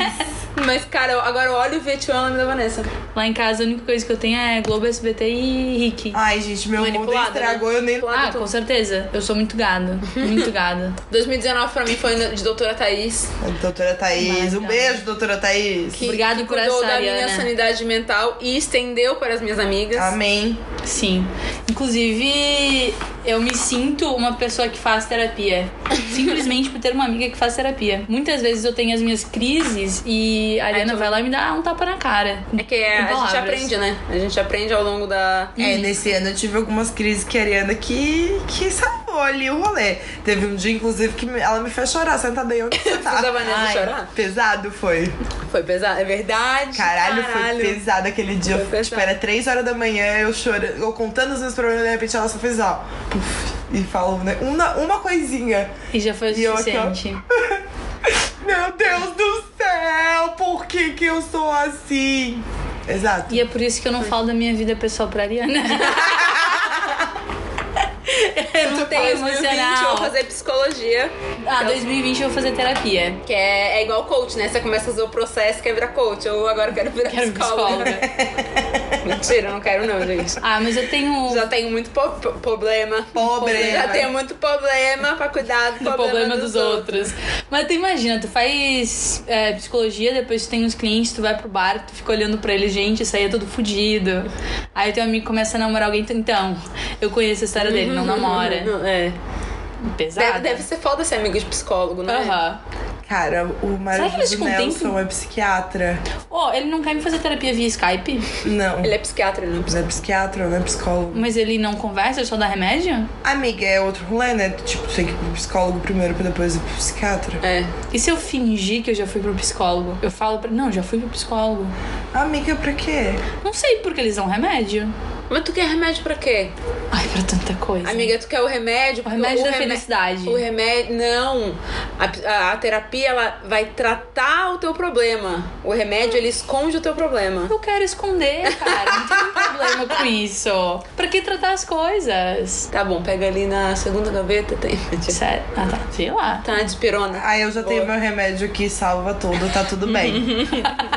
Speaker 3: Mas, cara, eu- agora eu olho o Vietnã no nome da Vanessa.
Speaker 2: Lá em casa a única coisa que eu tenho é Globo, SBT e Rick.
Speaker 3: Ah,
Speaker 4: Ai, gente, meu mundo
Speaker 3: Manipulada,
Speaker 4: estragou,
Speaker 3: né?
Speaker 4: eu nem...
Speaker 3: Manipulada.
Speaker 2: Ah, com certeza. Eu sou muito gada. Muito gada.
Speaker 3: 2019 pra mim foi de Doutora Thaís.
Speaker 4: Doutora Thaís, um
Speaker 2: Maravilhosa.
Speaker 4: beijo, doutora Thaís.
Speaker 3: Que,
Speaker 2: Obrigado
Speaker 3: que
Speaker 2: por
Speaker 3: cuidou
Speaker 2: essa,
Speaker 3: da minha
Speaker 2: Ariana.
Speaker 3: sanidade mental e estendeu para as minhas amigas.
Speaker 4: Amém.
Speaker 2: Sim. Inclusive, eu me sinto uma pessoa que faz terapia. Simplesmente por ter uma amiga que faz terapia. Muitas vezes eu tenho as minhas crises e a Ariana
Speaker 3: tu-
Speaker 2: vai lá e me dá um tapa na cara.
Speaker 3: É que é,
Speaker 2: Com
Speaker 3: a gente
Speaker 2: palavras.
Speaker 3: aprende, né? A gente aprende ao longo da.
Speaker 4: É, nesse ano eu tive algumas crises que a Ariana que, que salvou ali o rolê. Teve um dia, inclusive, que me- ela me fez chorar, sentada aí onde você tá.
Speaker 3: Fiz a Vanessa
Speaker 4: Ai,
Speaker 3: chorar?
Speaker 4: Pesado foi.
Speaker 3: Foi pesado, é verdade.
Speaker 4: Caralho, foi pesado aquele dia.
Speaker 3: Foi
Speaker 4: Tipo,
Speaker 3: pesado.
Speaker 4: era três horas da manhã, eu chorando, eu contando os meus problemas, de repente ela só fez ó. puf, e falou, né? Uma, uma coisinha.
Speaker 2: E já foi o
Speaker 4: E eu aqui, ó.
Speaker 2: suficiente.
Speaker 4: Meu Deus do céu, por que que eu sou assim? Exato.
Speaker 2: E é por isso que eu não falo da minha vida pessoal pra Ariana. eu não tenho
Speaker 3: 2020 eu
Speaker 2: emocional.
Speaker 3: vou fazer psicologia,
Speaker 2: Ah, 2020 eu vou fazer terapia.
Speaker 3: que é, é igual coach, né? Você começa a fazer o processo, quer virar coach. Eu agora quero virar
Speaker 2: Quero
Speaker 3: psicóloga.
Speaker 2: psicóloga.
Speaker 3: Mentira, não quero não, gente.
Speaker 2: Ah, mas eu tenho.
Speaker 3: Já tenho muito po- po- problema.
Speaker 4: Pobre.
Speaker 3: Já tenho muito problema pra cuidar do,
Speaker 2: do problema dos outros. Mas tu imagina, tu faz é, psicologia, depois tu tem uns clientes, tu vai pro bar, tu fica olhando pra eles, gente, isso aí é tudo fudido. Aí teu amigo começa a namorar alguém, tu, então, eu conheço a história dele, não namora.
Speaker 3: Uhum. É. Deve,
Speaker 2: Pesado.
Speaker 3: deve ser foda ser amigo de psicólogo, não é?
Speaker 2: Aham.
Speaker 4: Cara, o
Speaker 2: Será
Speaker 4: marido
Speaker 2: que eles
Speaker 4: do
Speaker 2: ficam
Speaker 4: Nelson
Speaker 2: tempo?
Speaker 4: é psiquiatra.
Speaker 2: Oh, ele não quer me fazer terapia via Skype,
Speaker 4: Não.
Speaker 3: Ele é psiquiatra, não é
Speaker 4: Não é psiquiatra, não é psicólogo.
Speaker 2: mas ele não conversa, ele só dá remédio?
Speaker 4: Amiga, é outro rolê, né? Tipo, tem que ir pro psicólogo primeiro pra depois ir pro psiquiatra.
Speaker 3: É.
Speaker 2: E se eu fingir que eu já fui pro psicólogo? Eu falo pra. Não, já fui pro psicólogo.
Speaker 4: Amiga, pra quê?
Speaker 2: Não sei porque eles dão remédio.
Speaker 3: Mas tu quer remédio pra quê?
Speaker 2: Ai, pra tanta coisa.
Speaker 3: Amiga, tu quer o remédio?
Speaker 2: o
Speaker 3: porque
Speaker 2: remédio da
Speaker 3: reme-
Speaker 2: felicidade.
Speaker 3: O remédio. Não. A, a- a terapia, ela vai tratar o teu problema. O remédio, ele esconde o teu problema.
Speaker 2: Eu quero esconder, cara. Não tem problema com isso. Pra que tratar as coisas?
Speaker 3: Tá bom, pega ali na segunda gaveta, tem.
Speaker 2: Sério. Ah, tá. Sei lá.
Speaker 3: Tá, despirona.
Speaker 4: Aí eu já tenho meu remédio que salva tudo, tá tudo bem.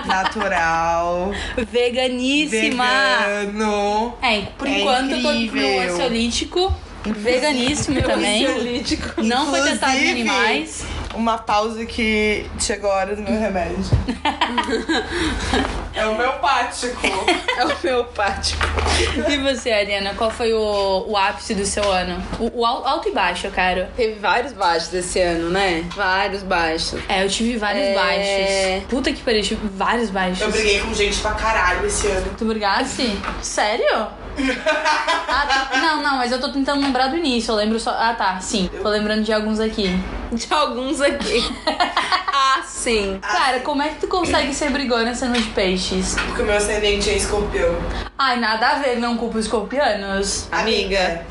Speaker 4: Natural,
Speaker 2: Veganíssima.
Speaker 4: vegano.
Speaker 2: É, por
Speaker 4: É
Speaker 2: enquanto eu tô
Speaker 4: incrível.
Speaker 2: no ansiolítico. Veganíssimo também.
Speaker 3: Tá Ansiolítico.
Speaker 2: Não foi
Speaker 4: Inclusive-
Speaker 2: testado em animais.
Speaker 4: Uma pausa que chegou a hora do meu remédio. é o meu pático.
Speaker 3: É o meu pátio.
Speaker 2: E você, Ariana, qual foi o, o ápice do seu ano? O, o al- alto e baixo, cara.
Speaker 3: Teve vários baixos esse ano, né? Vários baixos.
Speaker 2: É, eu tive vários
Speaker 3: É.
Speaker 2: baixos. Puta que pariu, eu tive vários baixos.
Speaker 4: Eu briguei com gente pra caralho esse ano.
Speaker 2: Tu brigasse? Sério? Ah, tá. Não, não, mas eu tô tentando lembrar do início. Eu lembro só. Ah, tá, sim. Tô lembrando de alguns aqui.
Speaker 3: De alguns aqui. ah, sim.
Speaker 2: Cara, como é que tu consegue ser brigona sendo de peixes?
Speaker 4: Porque o meu ascendente é escorpião.
Speaker 2: Ai, nada a ver, não culpa os escorpianos.
Speaker 4: Amiga.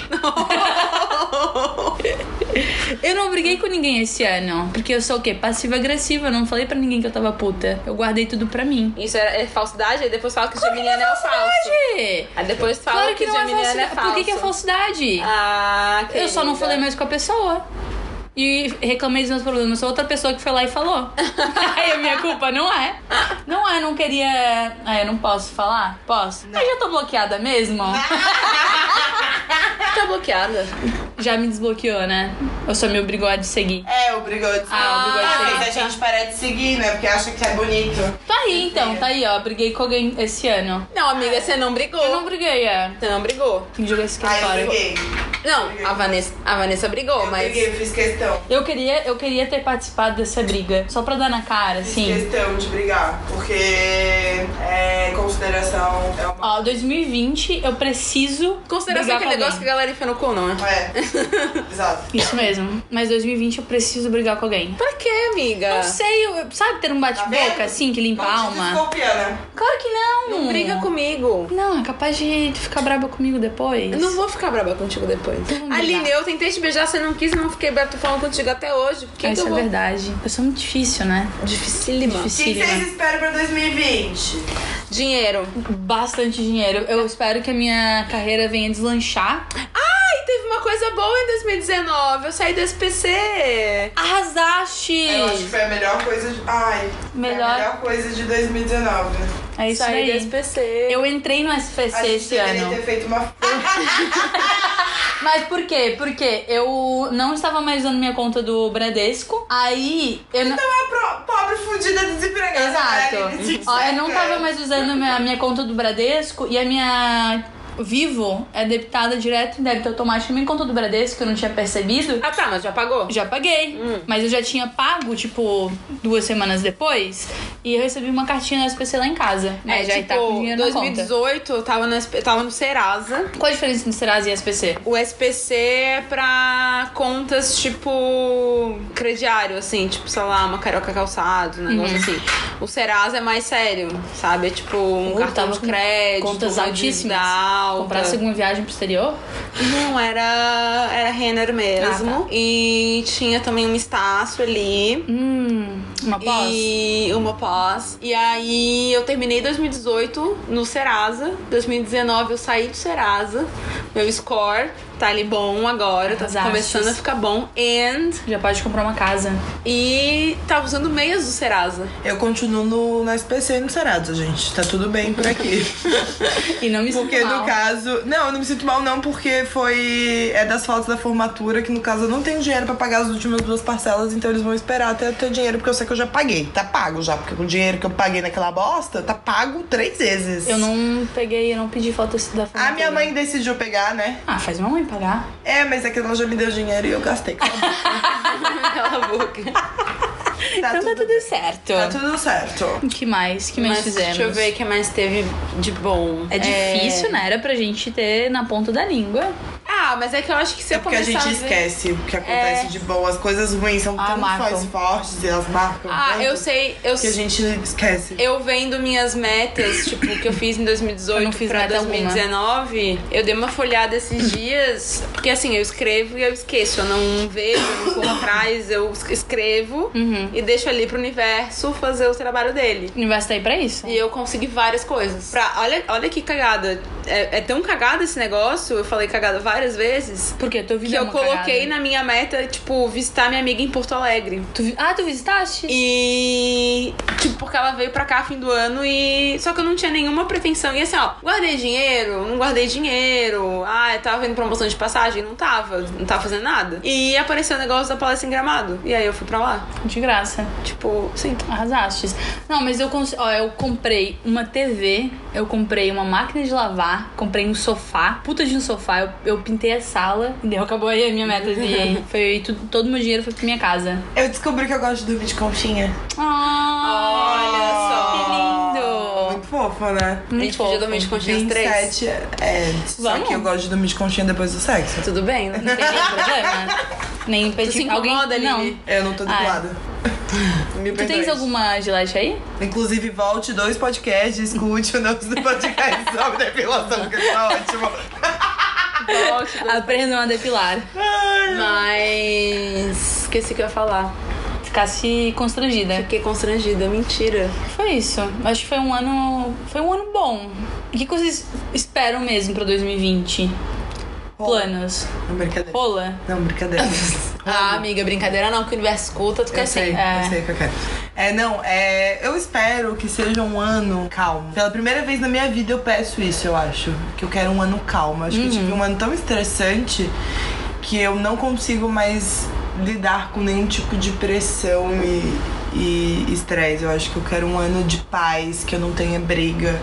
Speaker 2: Eu não briguei com ninguém esse ano. Porque eu sou o quê? Passiva-agressiva. Eu não falei pra ninguém que eu tava puta. Eu guardei tudo pra mim.
Speaker 3: Isso é, é falsidade, aí depois fala que Geminiano é o falso.
Speaker 2: É.
Speaker 3: Aí depois fala
Speaker 2: Claro que, não é
Speaker 3: Geminiano é
Speaker 2: falsidade.
Speaker 3: falso.
Speaker 2: Por que, que é falsidade?
Speaker 3: Ah,
Speaker 2: eu só não
Speaker 3: querida.
Speaker 2: falei mais com a pessoa. E reclamei dos meus problemas. Sou outra pessoa que foi lá e falou. Aí a minha culpa não é. Não é, não queria. Ah, eu não posso falar? Posso? Mas já tô bloqueada mesmo?
Speaker 3: Tá bloqueada.
Speaker 2: Já me desbloqueou, né? Ou só me obrigou a te seguir.
Speaker 4: É, obrigou a dizer.
Speaker 2: Ah, obrigou a
Speaker 4: Ah,
Speaker 2: dizer.
Speaker 4: mas a gente para de seguir, né? Porque acha que é bonito.
Speaker 2: Tá aí então, tá aí, ó. Briguei com alguém esse ano.
Speaker 3: Não, amiga, você não brigou.
Speaker 2: Eu não briguei, é.
Speaker 3: Você não brigou.
Speaker 2: Tem que jogar esse
Speaker 3: Ah,
Speaker 2: cara
Speaker 4: Ai,
Speaker 2: fora.
Speaker 4: eu briguei.
Speaker 3: Não, a Vanessa, a Vanessa brigou,
Speaker 4: Eu
Speaker 3: mas.
Speaker 4: briguei, fiz questão.
Speaker 2: Eu queria, eu queria ter participado dessa briga. Só pra dar na cara,
Speaker 4: Fiz
Speaker 2: assim.
Speaker 4: questão de brigar, porque é consideração é uma.
Speaker 2: Ó, 2020 eu preciso.
Speaker 3: Consideração é
Speaker 2: brigar com
Speaker 3: aquele
Speaker 2: alguém.
Speaker 3: negócio que a galera enfia no cu, não é?
Speaker 4: É. Exato.
Speaker 2: Isso mesmo. Mas 2020 eu preciso brigar com alguém.
Speaker 3: Pra quê, amiga?
Speaker 2: Não sei, eu- sabe ter um
Speaker 4: Tá
Speaker 2: bate-boca
Speaker 4: vendo?
Speaker 2: assim, que limpa a
Speaker 4: Não te
Speaker 2: alma?
Speaker 4: desconfia, né?
Speaker 2: Claro que não.
Speaker 3: Não briga comigo.
Speaker 2: Não, é capaz de ficar braba comigo depois.
Speaker 3: Eu não vou ficar brava contigo depois.
Speaker 2: Vamos brigar.
Speaker 3: Aline, eu tentei te beijar, você não quis e não fiquei brava, tô falando contigo até hoje. Por que,
Speaker 2: Ah,
Speaker 3: que
Speaker 2: isso
Speaker 3: eu
Speaker 2: é
Speaker 3: vou?
Speaker 2: verdade. Eu sou muito difícil, né?
Speaker 3: Dificílima.
Speaker 4: O que
Speaker 2: Dificílima.
Speaker 4: vocês esperam pra 2020?
Speaker 3: Dinheiro.
Speaker 2: Bastante dinheiro. Eu espero que a minha carreira venha deslanchar.
Speaker 3: Ai, teve uma coisa boa em 2019. Eu saí do
Speaker 2: É
Speaker 3: SPC.
Speaker 2: Arrasaste!
Speaker 4: Eu acho que foi a melhor coisa de. Ai. foi
Speaker 2: Melhor.
Speaker 4: A melhor coisa de 2019.
Speaker 2: É isso
Speaker 3: saí do
Speaker 2: aí.
Speaker 3: SPC.
Speaker 2: Eu entrei no SPC
Speaker 4: a gente
Speaker 2: esse
Speaker 4: deveria
Speaker 2: ano.
Speaker 4: ter feito uma.
Speaker 2: Mas por quê? Porque eu não estava mais usando minha conta do Bradesco. Aí eu
Speaker 4: uma
Speaker 2: não.
Speaker 4: pro- pobre fudida desempregada.
Speaker 2: Exato.
Speaker 4: né, É. Aline?
Speaker 2: Ó, eu não
Speaker 3: é.
Speaker 2: tava mais usando a minha, minha conta do Bradesco e a minha Vivo é debitada direto em débito automático. Minha conta do Bradesco, que eu não tinha percebido.
Speaker 3: Ah tá, mas já pagou?
Speaker 2: Já paguei,
Speaker 3: Hum.
Speaker 2: mas eu já tinha pago, tipo, duas semanas depois. E eu recebi uma cartinha da SPC lá em
Speaker 3: É,
Speaker 2: casa. Mas já tá
Speaker 3: tipo,
Speaker 2: com dinheiro na
Speaker 3: 2018 eu tava no, SP tava no Serasa.
Speaker 2: conta. Qual a diferença entre Serasa e SPC?
Speaker 3: O SPC é pra contas tipo crediário, assim, tipo, sei lá, uma carioca calçado, um
Speaker 2: Uhum.
Speaker 3: negócio assim. O Serasa é mais sério, sabe? É tipo um
Speaker 2: Eu
Speaker 3: cartão
Speaker 2: tava
Speaker 3: de
Speaker 2: com
Speaker 3: crédito,
Speaker 2: contas
Speaker 3: uma
Speaker 2: altíssimas.
Speaker 3: dívida Alta.
Speaker 2: Comprar a segunda viagem pro exterior?
Speaker 3: Não, era, era Renner mesmo.
Speaker 2: Ah,
Speaker 3: E tinha também um Estácio ali.
Speaker 2: Hum, uma pós?
Speaker 3: E uma pós. E aí eu terminei 2018 no Serasa. 2019 eu saí do Serasa. Meu score tá ali bom agora, tá
Speaker 2: Arrasaste.
Speaker 3: começando a ficar bom. And.
Speaker 2: Já pode comprar uma casa.
Speaker 3: E tava usando meias do Serasa.
Speaker 4: Eu continuo no, na SPC e no Serasa, gente. Tá tudo bem por aqui.
Speaker 2: E não me sinto
Speaker 4: Porque
Speaker 2: mal.
Speaker 4: no caso. Não, eu não me sinto mal, não, porque foi. É das faltas da formatura, que no caso eu não tenho dinheiro pra pagar as últimas duas parcelas, então eles vão esperar até eu ter dinheiro, porque eu sei que eu já paguei. Tá pago já, porque com o dinheiro que eu paguei naquela bosta, tá pago três vezes.
Speaker 2: Eu não peguei, eu não pedi foto da
Speaker 4: A
Speaker 2: formatura.
Speaker 4: minha mãe decidiu pegar, né?
Speaker 2: Ah, faz minha mãe pagar.
Speaker 4: É, mas é que ela já me deu dinheiro e eu gastei. Tá
Speaker 3: Cala a boca.
Speaker 2: então tá tudo certo.
Speaker 4: Tá tudo certo.
Speaker 2: O que mais? que mais
Speaker 3: Mas
Speaker 2: fizemos?
Speaker 3: deixa eu ver o que mais teve de bom.
Speaker 2: É difícil, né? Era pra gente ter na ponta da língua.
Speaker 3: Ah, mas é que eu acho que se
Speaker 4: É
Speaker 3: eu
Speaker 4: porque a
Speaker 3: começar
Speaker 4: gente
Speaker 3: a ver- É.
Speaker 4: esquece o que acontece de bom. As coisas ruins são
Speaker 2: Ah,
Speaker 4: tão
Speaker 2: marcam.
Speaker 4: mais fortes e elas marcam.
Speaker 3: Ah,
Speaker 4: tanto
Speaker 3: eu sei, eu
Speaker 4: Que né? a gente esquece.
Speaker 3: Eu vendo minhas metas, tipo, que eu fiz em 2018
Speaker 2: Eu não fiz
Speaker 3: pra
Speaker 2: meta
Speaker 3: 2019, eu dei uma folhada esses dias, porque assim, eu escrevo e eu esqueço, eu não vejo, eu não corro atrás, eu es- escrevo
Speaker 2: Uhum.
Speaker 3: e deixo ali pro universo fazer o trabalho dele.
Speaker 2: O universo tá aí pra isso.
Speaker 3: E eu consegui várias coisas. Pra, olha, olha que cagada. É, é tão cagada esse negócio, eu falei cagada várias vezes,
Speaker 2: Porque tua
Speaker 3: que
Speaker 2: vida é
Speaker 3: eu
Speaker 2: uma
Speaker 3: coloquei
Speaker 2: cagada.
Speaker 3: na minha meta, tipo, visitar minha amiga em Porto Alegre.
Speaker 2: Tu vi- Ah, tu visitaste?
Speaker 3: E, tipo, porque ela veio pra cá fim do ano e. Só que eu não tinha nenhuma pretensão. E assim, ó, guardei dinheiro, não guardei dinheiro. Ah, eu tava vendo promoção de passagem, não tava, não tava fazendo nada. E apareceu o negócio da palestra em gramado. E aí eu fui pra lá.
Speaker 2: De graça.
Speaker 3: Tipo, sim.
Speaker 2: Arrasaste. Não, mas eu, cons... Ó, eu comprei uma TV, eu comprei uma máquina de lavar, comprei um sofá, puta de um sofá, eu, eu pintei a sala, entendeu? Acabou aí a minha meta de. Foi tudo, todo meu dinheiro foi pra minha casa.
Speaker 4: Eu descobri que eu gosto de dormir de conchinha.
Speaker 2: Olha só, que lindo!
Speaker 4: Muito fofo, né?
Speaker 3: A
Speaker 2: Muito
Speaker 3: gente podia
Speaker 2: fofo.
Speaker 3: dormir de conchinha às três.
Speaker 4: 27 é. Só
Speaker 2: Vamos.
Speaker 4: que eu gosto de dormir de conchinha depois do sexo.
Speaker 3: Tudo bem, né?
Speaker 2: Não tem nenhum problema. Nem
Speaker 3: Tu se
Speaker 2: pedi alguém.
Speaker 3: incomoda,
Speaker 2: não.
Speaker 3: Aline?
Speaker 4: Eu não tô do
Speaker 2: Ai.
Speaker 4: lado. Me
Speaker 2: Ah, é. Tu tens alguma gilete aí?
Speaker 4: Inclusive, volte dois podcasts, escute o nosso podcast sobre depilação, que tá ótimo.
Speaker 2: Aprendam a depilar.
Speaker 3: Mas. Esqueci o que eu ia falar.
Speaker 2: Ficasse constrangida.
Speaker 3: Fiquei constrangida, mentira.
Speaker 2: Foi isso. Acho que foi um ano. Foi um ano bom. O que que vocês esperam mesmo pra 2020?
Speaker 4: Rola.
Speaker 2: Planos.
Speaker 4: Não, brincadeira.
Speaker 2: Rola?
Speaker 4: Não, brincadeira.
Speaker 3: Ah, amiga, brincadeira não, que o universo escuta, tu quer
Speaker 4: Eu sei,
Speaker 3: assim.
Speaker 2: É.
Speaker 4: eu sei o que eu quero. É, não, é, eu espero que seja um ano calmo. Pela primeira vez na minha vida eu peço isso, eu acho. Que eu quero um ano calmo. Acho que eu
Speaker 3: Uhum.
Speaker 4: tive um ano tão estressante que eu não consigo mais lidar com nenhum tipo de pressão e, e estresse. Eu acho que eu quero um ano de paz, que eu não tenha briga.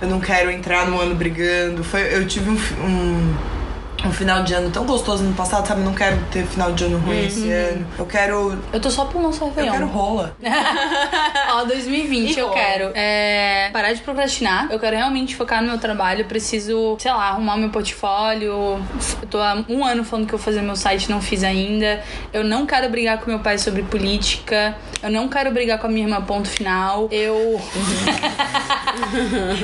Speaker 4: Eu não quero entrar no ano brigando. Foi, eu tive um, fi- um um final de ano tão gostoso no passado, sabe? Não quero ter final de ano ruim
Speaker 3: Uhum.
Speaker 4: esse ano. Eu quero.
Speaker 2: Eu tô só pro nosso
Speaker 4: Eu quero
Speaker 2: Réveillon.
Speaker 4: rola.
Speaker 2: É. Ó, 2020
Speaker 3: E
Speaker 2: eu
Speaker 3: rola.
Speaker 2: quero é, parar de procrastinar. Eu quero realmente focar no meu trabalho. Eu preciso, sei lá, arrumar meu portfólio. Eu tô há um ano falando que eu vou fazer meu site, não fiz ainda. Eu não quero brigar com meu pai sobre política. Eu não quero brigar com a minha irmã, ponto final. Eu.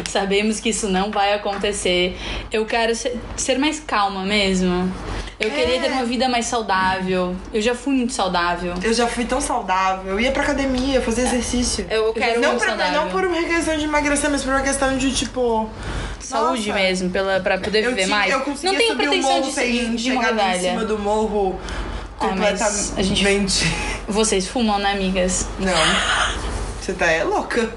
Speaker 2: Sabemos que isso não vai acontecer. Eu quero ser, ser mais calma mesmo. Eu queria ter uma vida mais saudável. Eu já fui muito saudável.
Speaker 4: Eu já fui tão saudável. Eu ia pra academia, eu fazia exercício.
Speaker 3: Eu quero
Speaker 4: não,
Speaker 2: muito
Speaker 4: pra,
Speaker 2: saudável.
Speaker 4: não por uma questão de emagrecer, mas por uma questão de tipo.
Speaker 2: Saúde
Speaker 4: nossa,
Speaker 2: mesmo, pela, pra poder
Speaker 4: Eu,
Speaker 2: viver
Speaker 4: tinha-
Speaker 2: mais.
Speaker 4: eu conseguia
Speaker 2: não tenho
Speaker 4: subir o
Speaker 2: pretensão
Speaker 4: morro
Speaker 2: de
Speaker 4: sem
Speaker 2: ser de uma
Speaker 4: chegar lá em
Speaker 2: medalha.
Speaker 4: cima do morro
Speaker 2: Ah, mas
Speaker 4: completamente.
Speaker 2: a gente- Vocês fumam, né, amigas?
Speaker 4: Não. Você tá é louca.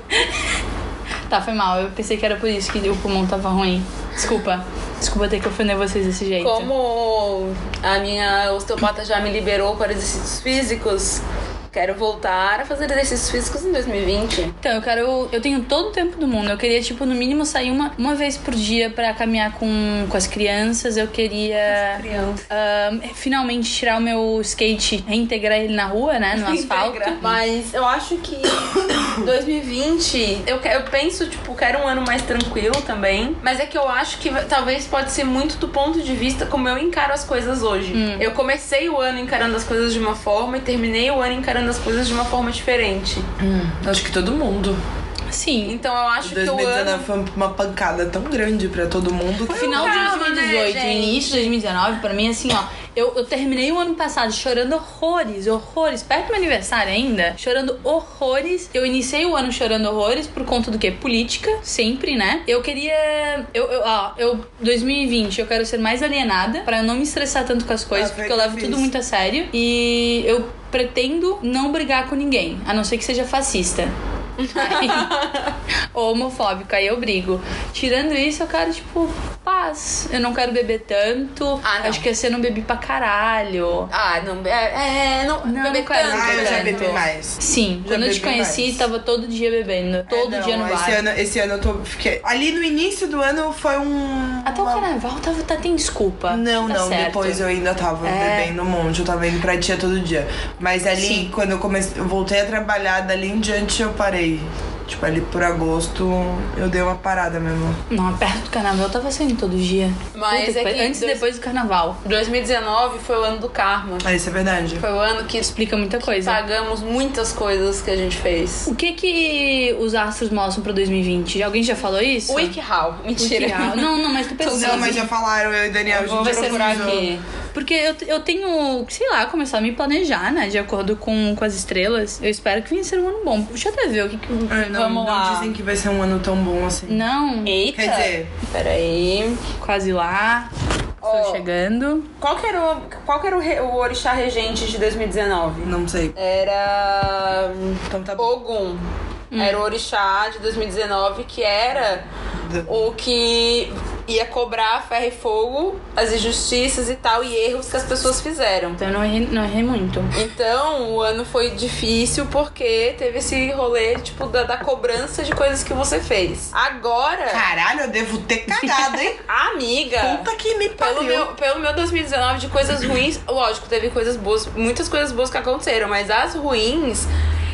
Speaker 2: Tá, foi mal. Eu pensei que era por isso que o pulmão tava ruim. Desculpa. Desculpa ter que ofender vocês desse jeito.
Speaker 3: Como a minha osteopata já me liberou para exercícios físicos, quero voltar a fazer exercícios físicos em 2020.
Speaker 2: Então, eu quero. Eu tenho todo o tempo do mundo. Eu queria, tipo, no mínimo sair uma, uma vez por dia pra caminhar com, com as crianças. Eu queria. ahn, finalmente tirar o meu skate, reintegrar ele na rua, né? No asfalto.
Speaker 3: Mas eu acho que 2020, eu, que- eu penso, tipo, quero um ano mais tranquilo também. Mas é que eu acho que vai- talvez pode ser muito do ponto de vista como eu encaro as coisas hoje. Eu comecei o ano encarando as coisas de uma forma e terminei o ano encarando as coisas de uma forma diferente.
Speaker 4: Acho que todo mundo.
Speaker 2: Sim.
Speaker 3: Então eu acho que o
Speaker 4: 2019
Speaker 3: ano.
Speaker 4: foi uma pancada tão grande pra todo mundo. que-
Speaker 2: um Final de
Speaker 3: Calma, né,
Speaker 2: 2018,
Speaker 3: gente?
Speaker 2: início de 2019, pra mim, assim, ó. Eu, eu terminei o ano passado chorando horrores, horrores, perto do meu aniversário ainda, chorando horrores. Eu iniciei o ano chorando horrores por conta do quê? Política, sempre, né? Eu queria. Eu, eu, ó, eu. 2020, eu quero ser mais alienada pra não me estressar tanto com as coisas,
Speaker 4: Ah, foi
Speaker 2: porque eu levo
Speaker 4: difícil.
Speaker 2: tudo muito a sério. E eu pretendo não brigar com ninguém, a não ser que seja fascista. ou homofóbico, aí eu brigo. Tirando isso, eu quero, tipo, paz. Eu não quero beber tanto.
Speaker 3: Ah, não.
Speaker 2: Acho que esse ano eu bebi pra caralho.
Speaker 3: Ah, não. É, é, não,
Speaker 2: Não,
Speaker 3: beber
Speaker 2: não quero
Speaker 3: tanto, né?
Speaker 4: Ah, eu já
Speaker 3: tanto.
Speaker 4: bebi mais.
Speaker 2: Sim,
Speaker 4: Já
Speaker 2: quando eu te
Speaker 4: bebi
Speaker 2: conheci,
Speaker 4: mais.
Speaker 2: tava todo dia bebendo. Todo
Speaker 4: É, não,
Speaker 2: dia no bar.
Speaker 4: Esse ano, esse ano eu tô. Fiquei... Ali no início do ano foi um.
Speaker 2: Até o
Speaker 4: uma-
Speaker 2: carnaval tava, tá, tem desculpa.
Speaker 4: Não,
Speaker 2: Tá
Speaker 4: não,
Speaker 2: certo.
Speaker 4: depois eu ainda tava
Speaker 2: É.
Speaker 4: bebendo um monte, eu tava indo pra tia todo dia. Mas ali,
Speaker 2: Sim.
Speaker 4: quando eu comecei, eu voltei a trabalhar, dali em diante eu parei. Tipo, ali por agosto eu dei uma parada mesmo.
Speaker 2: Não, perto do carnaval eu tava saindo todo dia.
Speaker 3: Mas
Speaker 2: Puta
Speaker 3: é
Speaker 2: que
Speaker 3: que
Speaker 2: pa- Antes e
Speaker 3: dois-
Speaker 2: depois do carnaval.
Speaker 3: 2019 foi o ano do karma.
Speaker 4: Ah, isso é verdade.
Speaker 3: Foi o ano que
Speaker 2: Explica muita coisa.
Speaker 3: pagamos muitas coisas que a gente fez.
Speaker 2: O que que os astros mostram pra 2020? Alguém já falou isso?
Speaker 3: O WikiHow. Mentira.
Speaker 2: Wikiau. Não, não, mas tu pensou.
Speaker 4: Não, mas já falaram, eu e Daniel, a
Speaker 3: Vou
Speaker 4: gente
Speaker 3: procurar
Speaker 4: pesquisou.
Speaker 3: aqui.
Speaker 2: Porque eu, eu tenho, sei lá, começar a me planejar, né? De acordo com, com as estrelas. Eu espero que venha ser um ano bom. Deixa eu até ver o que que...
Speaker 4: Ah, não, não
Speaker 3: Vamos lá.
Speaker 4: dizem que vai ser um ano tão bom assim.
Speaker 2: Não,
Speaker 3: Eita.
Speaker 4: Quer dizer,
Speaker 3: Peraí.
Speaker 2: quase lá. Estou
Speaker 3: Ó.
Speaker 2: chegando.
Speaker 3: Qual que era, o, qual que era o, re- o orixá regente de 2019?
Speaker 4: não sei.
Speaker 3: Era... hum,
Speaker 4: Então tá bom.
Speaker 3: Ogum. Era o orixá de 2019, que era o que ia cobrar ferro e fogo, as injustiças e tal, e erros que as pessoas fizeram.
Speaker 2: Então eu não errei, não errei muito.
Speaker 3: Então, o ano foi difícil porque teve esse rolê, tipo, da, da cobrança de coisas que você fez. Agora,
Speaker 4: Caralho, eu devo ter cagado, hein?
Speaker 3: amiga,
Speaker 4: Puta que me pariu.
Speaker 3: É. pelo meu, pelo meu 2019 de coisas ruins, lógico, teve coisas boas, muitas coisas boas que aconteceram, mas as ruins,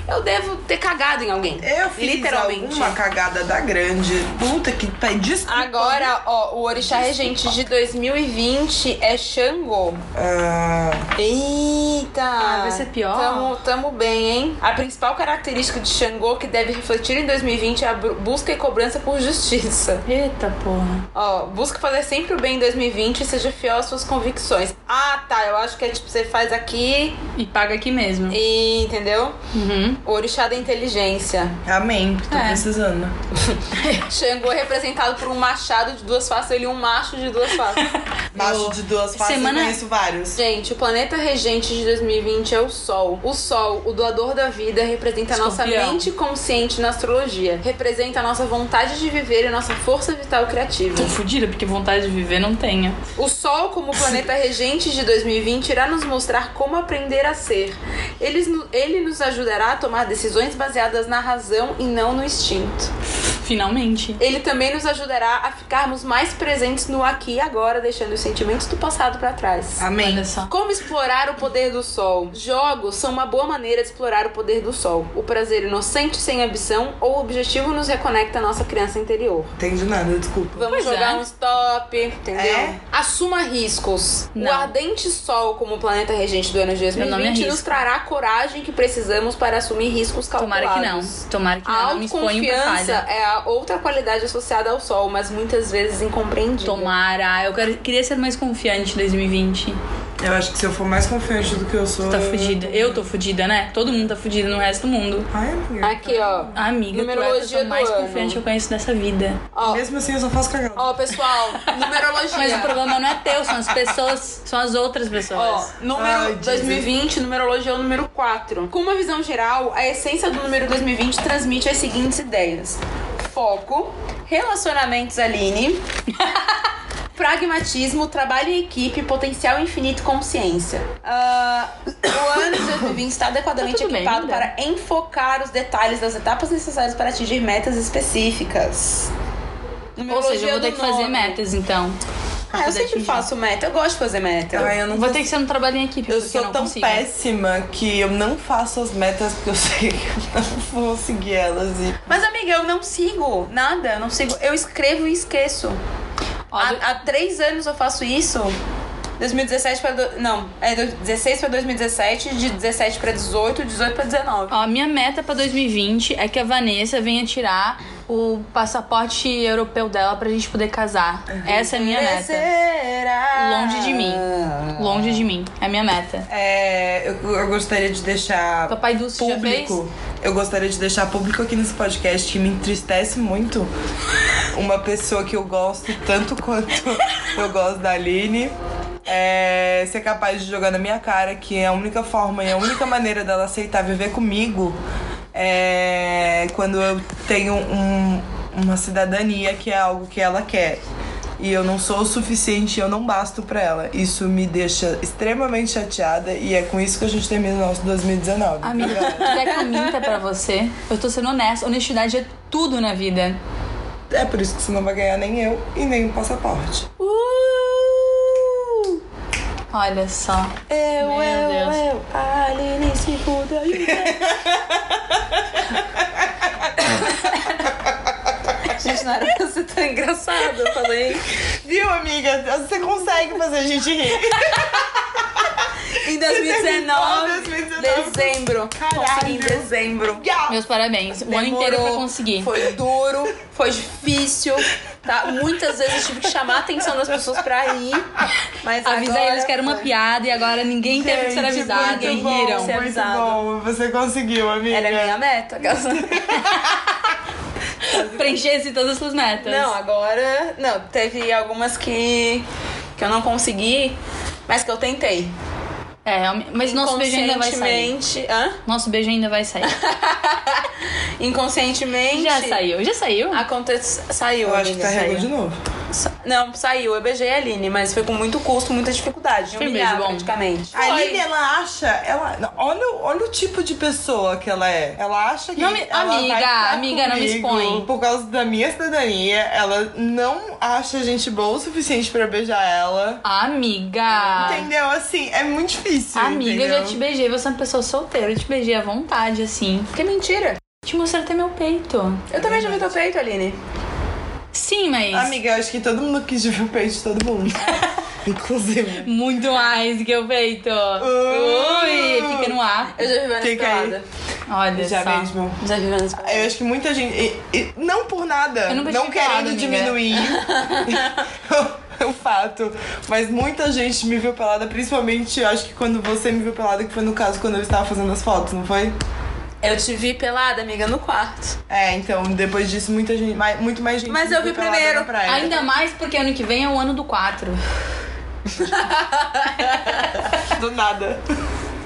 Speaker 3: eu devo ter cagado em alguém.
Speaker 4: Eu fiz
Speaker 3: Literalmente.
Speaker 4: alguma cagada da grande. Puta que tá pariu. Desculpa.
Speaker 3: Agora, ó, o orixá regente de 2020 é Xangô.
Speaker 4: Ah,
Speaker 3: Eita!
Speaker 2: Ah, vai ser pior?
Speaker 3: Tamo, tamo bem, hein? A principal característica de Xangô que deve refletir em 2020 é a bu- busca e cobrança por justiça.
Speaker 2: Eita porra.
Speaker 3: Ó, busca fazer sempre o bem em 2020 e seja fiel às suas convicções. Ah, tá. Eu acho que é tipo, você faz aqui
Speaker 2: E paga aqui mesmo.
Speaker 3: e. Entendeu?
Speaker 2: Uhum.
Speaker 3: O orixá da inteligência.
Speaker 4: amém, que tô
Speaker 2: É.
Speaker 4: precisando.
Speaker 3: Xangô é representado por um machado de duas faces, ele é um macho de duas faces.
Speaker 4: Macho de duas faces,
Speaker 2: Semana-
Speaker 4: eu conheço vários.
Speaker 3: Gente, o planeta regente de 2020 é o Sol. O Sol, o doador da vida, representa a nossa
Speaker 2: Escorpião.
Speaker 3: mente consciente na astrologia. Representa a nossa vontade de viver e a nossa força vital criativa.
Speaker 2: Tô fodida porque vontade de viver não tenho.
Speaker 3: O Sol, como planeta regente de 2020, irá nos mostrar como aprender a ser. Ele, ele nos ajudará a tomar decisões baseadas na razão e não no instinto.
Speaker 2: Finalmente.
Speaker 3: Ele também nos ajudará a ficarmos mais presentes no aqui e agora, deixando os sentimentos do passado pra trás.
Speaker 4: Amém.
Speaker 2: Olha só.
Speaker 3: Como explorar o poder do sol? Jogos são uma boa maneira de explorar o poder do sol. O prazer inocente sem ambição ou objetivo nos reconecta à nossa criança interior.
Speaker 4: Entendi nada, desculpa.
Speaker 3: Vamos
Speaker 2: Pois
Speaker 3: jogar
Speaker 2: é.
Speaker 3: um stop, entendeu?
Speaker 4: É.
Speaker 3: Assuma riscos. O
Speaker 2: Não. é
Speaker 3: ardente sol como planeta regente do ano de
Speaker 2: não me
Speaker 3: 2020
Speaker 2: arrisco.
Speaker 3: nos trará a coragem que precisamos para assumir riscos calculados.
Speaker 2: Tomara que não. Tomara que não.
Speaker 3: A
Speaker 2: Não me exponho pra
Speaker 3: autoconfiança
Speaker 2: falha.
Speaker 3: é a outra qualidade associada ao sol, mas muitas vezes incompreendida.
Speaker 2: Tomara. Eu quero- queria ser mais confiante em 2020.
Speaker 4: Eu acho que se eu for mais confiante do que eu sou.
Speaker 2: Tá
Speaker 4: eu-
Speaker 2: fudida. Eu tô fudida, né? Todo mundo tá fudido no resto do mundo.
Speaker 4: Ai, amiga.
Speaker 3: Aqui, ó.
Speaker 2: Amiga, tu é a
Speaker 3: Numerologia
Speaker 2: pessoa
Speaker 3: do
Speaker 2: mais
Speaker 3: ano.
Speaker 2: confiante que eu conheço dessa vida.
Speaker 3: Ó,
Speaker 4: Mesmo assim, eu só faço cagada.
Speaker 3: ó pessoal, numerologia.
Speaker 2: Mas o problema não é teu, são as pessoas, são as outras
Speaker 3: Ó,
Speaker 2: pessoas.
Speaker 3: número
Speaker 4: Ai, Jesus.
Speaker 3: 2020, numerologia é o número 4. Com uma visão geral, a essência do número 2020 transmite as seguintes ideias: foco, relacionamentos aline, pragmatismo, trabalho em equipe, potencial infinito e consciência. Ah, o ano de 2020 está adequadamente
Speaker 2: Tá tudo bem,
Speaker 3: equipado
Speaker 2: não dá.
Speaker 3: para enfocar os detalhes das etapas necessárias para atingir metas específicas.
Speaker 2: Ou seja, eu vou ter
Speaker 3: Numerologia do
Speaker 2: que fazer
Speaker 3: nono.
Speaker 2: metas, então. pra
Speaker 3: Ah, eu
Speaker 2: poder
Speaker 3: sempre
Speaker 2: atingir.
Speaker 3: faço meta, eu gosto de fazer meta.
Speaker 4: Ai, né? eu não
Speaker 2: Vou ter que ser um trabalho em equipe,
Speaker 4: Eu
Speaker 2: porque eu
Speaker 4: sou
Speaker 2: não
Speaker 4: tão
Speaker 2: consigo.
Speaker 4: péssima que eu não faço as metas porque eu sei que eu não vou seguir elas. E...
Speaker 3: Mas, amiga, eu não sigo nada. Eu não sigo. Eu escrevo e esqueço.
Speaker 2: Ó,
Speaker 3: Há,
Speaker 2: do-
Speaker 3: há três anos eu faço isso. 2017 pra. do- Não, é do 16 pra 2017, de 17 pra 18, 18 pra 19.
Speaker 2: Ó, a minha meta pra 2020 é que a Vanessa venha tirar o passaporte europeu dela pra gente poder casar. Essa é a minha meta.
Speaker 3: Será?
Speaker 2: Longe de mim. Longe de mim. É a minha meta.
Speaker 4: É, eu, eu gostaria de deixar
Speaker 2: Papai Dulce já fez?
Speaker 4: público. Eu gostaria de deixar público aqui nesse podcast que me entristece muito. Uma pessoa que eu gosto tanto quanto eu gosto da Aline. É, ser capaz de jogar na minha cara que é a única forma e a única maneira dela aceitar viver comigo é quando eu tenho um- uma cidadania que é algo que ela quer. E eu não sou o suficiente, eu não basto pra ela. Isso me deixa extremamente chateada e é com isso que a gente termina o nosso 2019.
Speaker 2: Amiga, tu quer que eu minta pra você? Eu tô sendo honesta. Honestidade é tudo na vida.
Speaker 4: É por isso que você não vai ganhar nem eu e nem o passaporte.
Speaker 3: Uh!
Speaker 2: Olha só.
Speaker 3: Eu,
Speaker 2: Meu
Speaker 3: eu,
Speaker 2: Deus.
Speaker 3: eu. Aline se fuda. Gente, não era pra ser tão engraçado. Eu falei.
Speaker 4: Viu, amiga? Você consegue fazer a gente rir.
Speaker 3: Em 2019,
Speaker 4: 2019.
Speaker 3: dezembro.
Speaker 4: Caralho.
Speaker 3: Consegui em dezembro.
Speaker 2: Meus parabéns. O ano
Speaker 3: Demorou,
Speaker 2: inteiro pra conseguir.
Speaker 3: Foi duro, foi difícil, tá? Muitas vezes eu tive que chamar a atenção das pessoas pra rir. Mas
Speaker 2: Avisei
Speaker 3: agora
Speaker 2: eles que era uma
Speaker 3: foi.
Speaker 2: piada e agora ninguém teve que ser
Speaker 4: Gente,
Speaker 2: avisado.
Speaker 4: muito
Speaker 2: Ninguém
Speaker 4: bom,
Speaker 2: riram.
Speaker 4: Muito
Speaker 3: avisado.
Speaker 4: bom, você conseguiu, amiga.
Speaker 3: Era minha meta. aquelas-
Speaker 2: Então, Preenchesse todas as suas metas.
Speaker 3: Não, agora. Não, teve algumas que. que eu não consegui, mas que eu tentei.
Speaker 2: É, realmente- mas nosso beijo ainda vai sair.
Speaker 3: Inconscientemente. Hã?
Speaker 2: Nosso beijo ainda vai sair.
Speaker 3: Inconscientemente.
Speaker 2: Já saiu, já saiu.
Speaker 3: Acontece... Saiu,
Speaker 4: Eu acho que
Speaker 3: amiga,
Speaker 4: carregou
Speaker 3: saiu.
Speaker 4: de novo.
Speaker 3: Sa- Não, saiu. Eu beijei a Aline, mas foi com muito custo, muita dificuldade. De
Speaker 2: Foi
Speaker 3: humilhar,
Speaker 2: mesmo, bom.
Speaker 3: praticamente.
Speaker 4: A Aline, ela acha. Ela, olha, o- olha o tipo de pessoa que ela é. Ela acha que.
Speaker 2: Não me-
Speaker 4: ela
Speaker 2: amiga,
Speaker 4: vai ficar
Speaker 2: amiga, não me
Speaker 4: comigo
Speaker 2: expõe.
Speaker 4: Por causa da minha cidadania, ela não acha gente boa o suficiente pra beijar ela.
Speaker 2: Amiga.
Speaker 4: Entendeu? Assim, é muito difícil.
Speaker 2: Ah. Amiga, eu já
Speaker 4: entendeu?
Speaker 2: te beijei. Você é uma pessoa solteira. Eu te beijei à vontade, assim.
Speaker 3: é- Que mentira.
Speaker 2: Te mostrei até meu peito.
Speaker 3: Eu também já vi teu peito, Aline.
Speaker 2: Sim, mas.
Speaker 4: Amiga, eu acho que todo mundo quis ver o peito de todo mundo. Inclusive.
Speaker 2: Muito mais do que o peito. Ui, fica no ar.
Speaker 3: Ah! Eu já vi Vanessa
Speaker 4: Fica aí.
Speaker 3: pelada.
Speaker 2: Olha
Speaker 4: Já
Speaker 2: só.
Speaker 4: mesmo.
Speaker 3: Já vi Vanessa pelada.
Speaker 4: Eu acho que muita gente. e- e não por nada.
Speaker 2: Eu nunca
Speaker 4: não
Speaker 2: tive
Speaker 4: querendo
Speaker 2: pelada, amiga.
Speaker 4: diminuir o fato. Mas muita gente me viu pelada, principalmente eu acho que quando você me viu pelada, que foi no caso quando eu estava fazendo as fotos, não foi?
Speaker 3: Eu te vi pelada, amiga, no quarto.
Speaker 4: É, então, depois disso, muita gente. mais- muito mais gente.
Speaker 3: Mas
Speaker 4: me
Speaker 3: eu vi
Speaker 4: pelada
Speaker 3: primeiro.
Speaker 4: na praia.
Speaker 2: Ainda mais porque ano que vem é o ano do 4.
Speaker 4: Do nada.